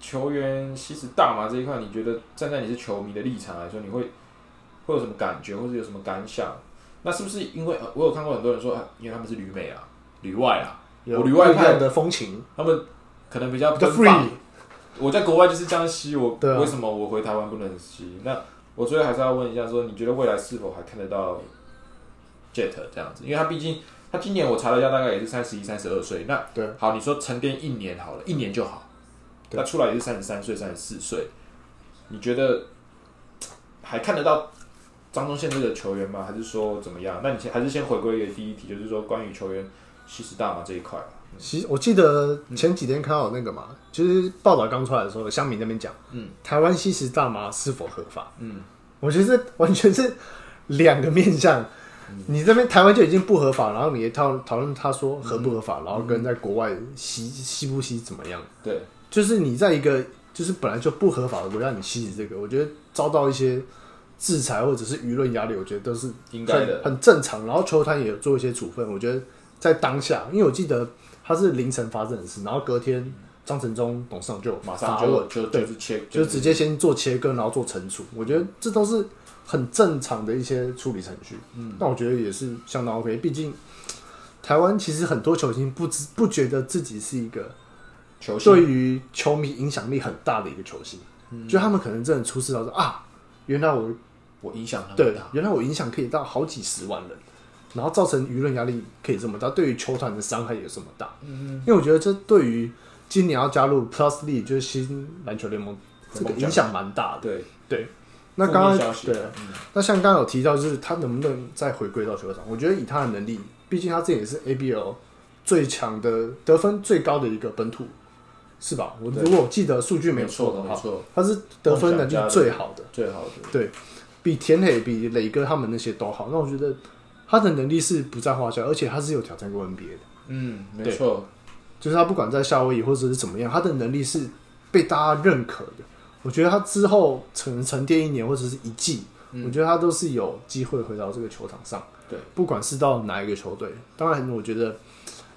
Speaker 2: 球员吸食大麻这一块，你觉得站在你是球迷的立场来说，你会会有什么感觉，或者有什么感想？那是不是因为、呃、我有看过很多人说，啊、因为他们是旅美啊、旅外啊，
Speaker 1: 有
Speaker 2: 我旅外
Speaker 1: 不一样
Speaker 2: 派
Speaker 1: 的风情，
Speaker 2: 他们可能比较
Speaker 1: 比较
Speaker 2: 奔放
Speaker 1: free，
Speaker 2: 我在国外就是这样吸，我、
Speaker 1: 对啊
Speaker 2: 为什么我回台湾不能吸？那我最后还是要问一下说你觉得未来是否还看得到 Jet 这样子？因为他毕竟他今年我查了一下，大概也是三十一、三十二岁。那
Speaker 1: 对
Speaker 2: 好，你说沉淀一年好了，一年就好。
Speaker 1: 对
Speaker 2: 那出来也是三十三岁、三十四岁，你觉得嘖还看得到张忠宪这个球员吗？还是说怎么样？那你先还是先回归一个第一题，就是说关于球员吸食大麻这一块。
Speaker 1: 其实我记得前几天看到那个嘛，就是报道刚出来的时候，香民那边讲，嗯，台湾吸食大麻是否合法？嗯，我觉得这完全是两个面向。你这边台湾就已经不合法，然后你也讨讨论他说合不合法，然后跟在国外吸吸不吸怎么样？
Speaker 2: 对，
Speaker 1: 就是你在一个就是本来就不合法的国家，你吸食这个，我觉得遭到一些制裁或者是舆论压力，我觉得都是
Speaker 2: 应该的
Speaker 1: 很很正常。然后球坛也有做一些处分，我觉得在当下，因为我记得他是凌晨发生的事，然后隔天张承忠董事长就有
Speaker 2: 马上
Speaker 1: 发
Speaker 2: 就
Speaker 1: 问
Speaker 2: 就
Speaker 1: 对
Speaker 2: 就是切，
Speaker 1: 就直接先做切割，然后做惩处，我觉得这都是很正常的一些处理程序。嗯，那我觉得也是相当 OK，毕竟。台湾其实很多球星不知不觉得自己是一个
Speaker 2: 球星
Speaker 1: 对于球迷影响力很大的一个球星，
Speaker 2: 嗯
Speaker 1: 就他们可能真的出事到说啊，原来我
Speaker 2: 我影响他
Speaker 1: 对，原来我影响可以到好几十万人，然后造成舆论压力可以这么大，对于球团的伤害也这么大。嗯，因为我觉得这对于今年要加入 Plus League 就是新篮球联盟这个影响蛮大的。
Speaker 2: 对，
Speaker 1: 对，那刚
Speaker 2: 负面消
Speaker 1: 刚
Speaker 2: 息
Speaker 1: 对，那像刚刚有提到，就是他能不能再回归到球场？我觉得以他的能力，毕竟他自己也是 ABL 最强的得分最高的一个本土，是吧？我
Speaker 2: 对
Speaker 1: 如果我记得数据没
Speaker 2: 没
Speaker 1: 有错的
Speaker 2: 没
Speaker 1: 话，
Speaker 2: 错，
Speaker 1: 他是得分能力最好的，
Speaker 2: 最好的
Speaker 1: 比田磊、比磊哥他们那些都好。那我觉得他的能力是不在话下，而且他是有挑战过 NBA 的，
Speaker 2: 嗯，没
Speaker 1: 对
Speaker 2: 错，
Speaker 1: 就是他不管在夏威夷或者是怎么样，他的能力是被大家认可的。我觉得他之后可能沉淀一年或者是一季，我觉得他都是有机会回到这个球场上。
Speaker 2: 嗯对，
Speaker 1: 不管是到哪一个球队，当然我觉得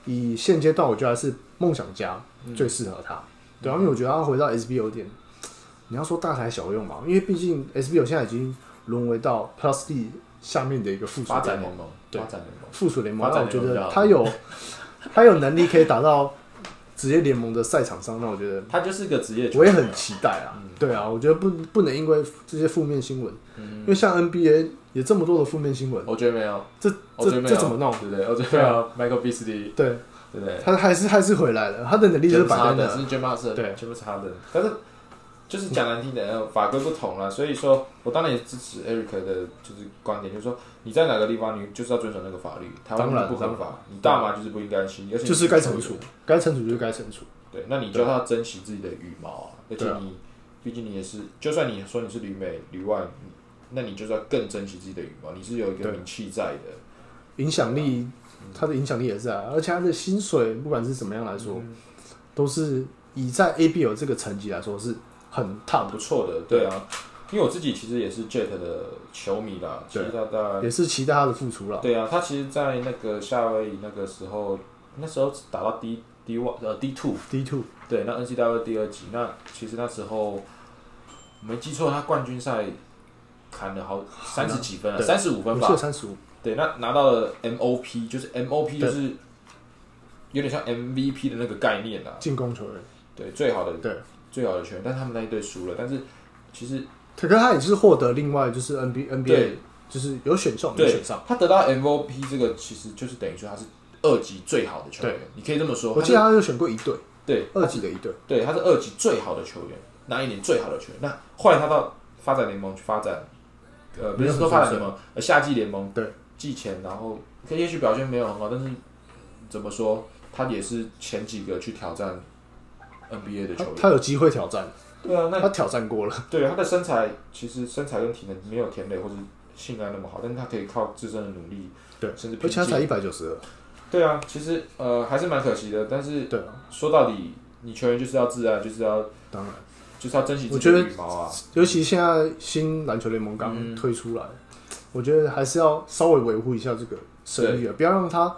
Speaker 1: 以现阶段，我觉得还是梦想家
Speaker 2: 嗯
Speaker 1: 最适合他。对啊，因为我觉得他回到 SB 有点，你要说大材小用嘛，因为毕竟 SB 现在已经沦为到 Plus D 下面的一个附属
Speaker 2: 发
Speaker 1: 联
Speaker 2: 展
Speaker 1: 盟
Speaker 2: 联盟，
Speaker 1: 对
Speaker 2: 发展联盟，
Speaker 1: 附属联盟，
Speaker 2: 发
Speaker 1: 那
Speaker 2: 展
Speaker 1: 我觉
Speaker 2: 联盟比较
Speaker 1: 得
Speaker 2: 好
Speaker 1: 他有 他有能力可以打到职业联盟的赛场上，那我觉得
Speaker 2: 他就是个职业球员，
Speaker 1: 我也很期待啊。对啊，我觉得不不能因为这些负面新闻，
Speaker 2: 嗯
Speaker 1: 因为像 NBA 也这么多的负面新闻，
Speaker 2: 我觉得没有，
Speaker 1: 这
Speaker 2: 我觉
Speaker 1: 这
Speaker 2: 得没
Speaker 1: 这
Speaker 2: 有，
Speaker 1: 怎么弄？
Speaker 2: 对不对？我觉得没有 Michael Beasley，
Speaker 1: 啊对
Speaker 2: 对不对？
Speaker 1: 他还是还是回来了，他的能力就是摆在
Speaker 2: 的，
Speaker 1: 那。
Speaker 2: 是 James Harden，
Speaker 1: 对
Speaker 2: ，James Harden，但是就是讲难听点，呃法规不同了，所以说我当然也支持 Eric 的就是观点，就是说你在哪个地方，你就是要遵守那个法律，台湾
Speaker 1: 当然
Speaker 2: 不合法，你大麻就是不应该吸，而且你
Speaker 1: 就是该惩处，该惩处就该惩处。
Speaker 2: 对，那你就要珍惜自己的羽毛啊，而且
Speaker 1: 对啊
Speaker 2: 你，毕竟你也是，就算你说你是旅美、旅外，你那你就是要更珍惜自己的羽毛，你是有一个
Speaker 1: 对
Speaker 2: 名气在的，
Speaker 1: 影响力，他的影响力也在啊，而且他的薪水不管是怎么样来说，
Speaker 2: 嗯
Speaker 1: 都是以在 ABL 这个层级来说是很 top
Speaker 2: 不错的，对啊。因为我自己其实也是 Jet 的球迷啦，其
Speaker 1: 对
Speaker 2: 实他在
Speaker 1: 的，也是期待他的付出了。
Speaker 2: 对啊，他其实，在那个夏威夷那个时候，那时候只打到 D D one 呃 D two，
Speaker 1: D two
Speaker 2: 对，那 N C W 第二集，那其实那时候没记错，他冠军赛砍了好三十几分、啊，
Speaker 1: 对
Speaker 2: 三十五分
Speaker 1: 我
Speaker 2: 吧
Speaker 1: 记，得三十五，
Speaker 2: 对，那拿到了 MOP，就是 MOP
Speaker 1: 对
Speaker 2: 就是有点像 MVP 的那个概念啦、
Speaker 1: 进攻球员，
Speaker 2: 对，最好的
Speaker 1: 对，
Speaker 2: 最好的球员，但他们那一队输了，但是其实
Speaker 1: 可是他也是获得另外就是 NBA NBA
Speaker 2: 对
Speaker 1: 就是有选中没
Speaker 2: 对
Speaker 1: 哦选上，
Speaker 2: 他得到 MVP 这个其实就是等于说他是二级最好的球员
Speaker 1: 对，
Speaker 2: 你可以这么说，
Speaker 1: 我
Speaker 2: 他
Speaker 1: 记得他有选过一队
Speaker 2: 对
Speaker 1: 二级的一队，
Speaker 2: 对，他是二级最好的球员，那一年最好的球员。那后来他到发展联盟去发展，呃，不
Speaker 1: 没有很
Speaker 2: 是说发展联盟，呃，夏季联盟，
Speaker 1: 对，
Speaker 2: 季前，然后可也许表现没有很好，但是怎么说，他也是前几个去挑战 NBA 的
Speaker 1: 他
Speaker 2: 球员。
Speaker 1: 他有机会挑战，
Speaker 2: 对啊，
Speaker 1: 他
Speaker 2: 那
Speaker 1: 挑战过了，
Speaker 2: 对他的身材，其实身材跟体能没有田磊或者性爱那么好，但是他可以靠自身的努力，
Speaker 1: 对
Speaker 2: 甚至
Speaker 1: 而
Speaker 2: 拼
Speaker 1: 且他才
Speaker 2: 劲。
Speaker 1: 一百九十二，
Speaker 2: 对啊，其实呃还是蛮可惜的，但是
Speaker 1: 对啊，
Speaker 2: 说到底，你球员就是要自爱，就是要
Speaker 1: 当然，
Speaker 2: 就是要珍惜自
Speaker 1: 我
Speaker 2: 己
Speaker 1: 觉
Speaker 2: 的
Speaker 1: 得
Speaker 2: 羽毛啊。
Speaker 1: 尤其现在新篮球联盟刚推出
Speaker 2: 嗯
Speaker 1: 来，我觉得还是要稍微维护一下这个声誉啊，不要让他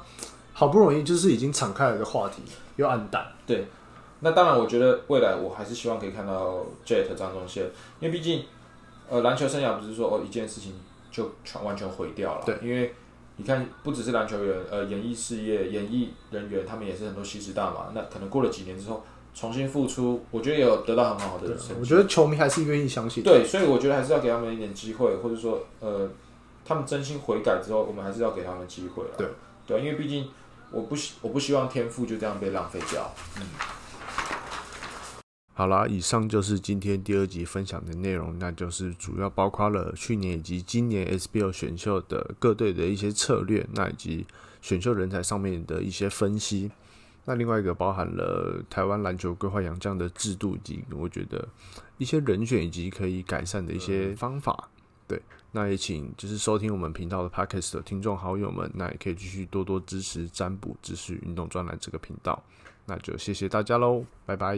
Speaker 1: 好不容易就是已经敞开了的话题又暗淡。
Speaker 2: 那当然，我觉得未来我还是希望可以看到 Jet 张忠宪，因为毕竟，呃，篮球生涯不是说哦一件事情就全完全毁掉了。
Speaker 1: 对，
Speaker 2: 因为你看，不只是篮球员，呃，演艺事业、演艺人员，他们也是很多吸食大麻。那可能过了几年之后，重新复出，我觉得也有得到很好的
Speaker 1: 对啊
Speaker 2: 成绩。
Speaker 1: 我觉得球迷还是愿意相信。
Speaker 2: 对，所以我觉得还是要给他们一点机会，或者说，呃，他们真心悔改之后，我们还是要给他们机会啦
Speaker 1: 对，
Speaker 2: 对，啊因为毕竟我不希我不希望天赋就这样被浪费掉。
Speaker 1: 好啦，以上就是今天第二集分享的内容，那就是主要包括了去年以及今年 SBL 选秀的各队的一些策略，那以及选秀人才上面的一些分析。那另外一个包含了台湾篮球规划洋将的制度以及我觉得一些人选以及可以改善的一些方法。对，那也请就是收听我们频道的 Podcast 的听众好友们，那也可以继续多多支持占卜知识运动专栏这个频道。那就谢谢大家喽，拜拜。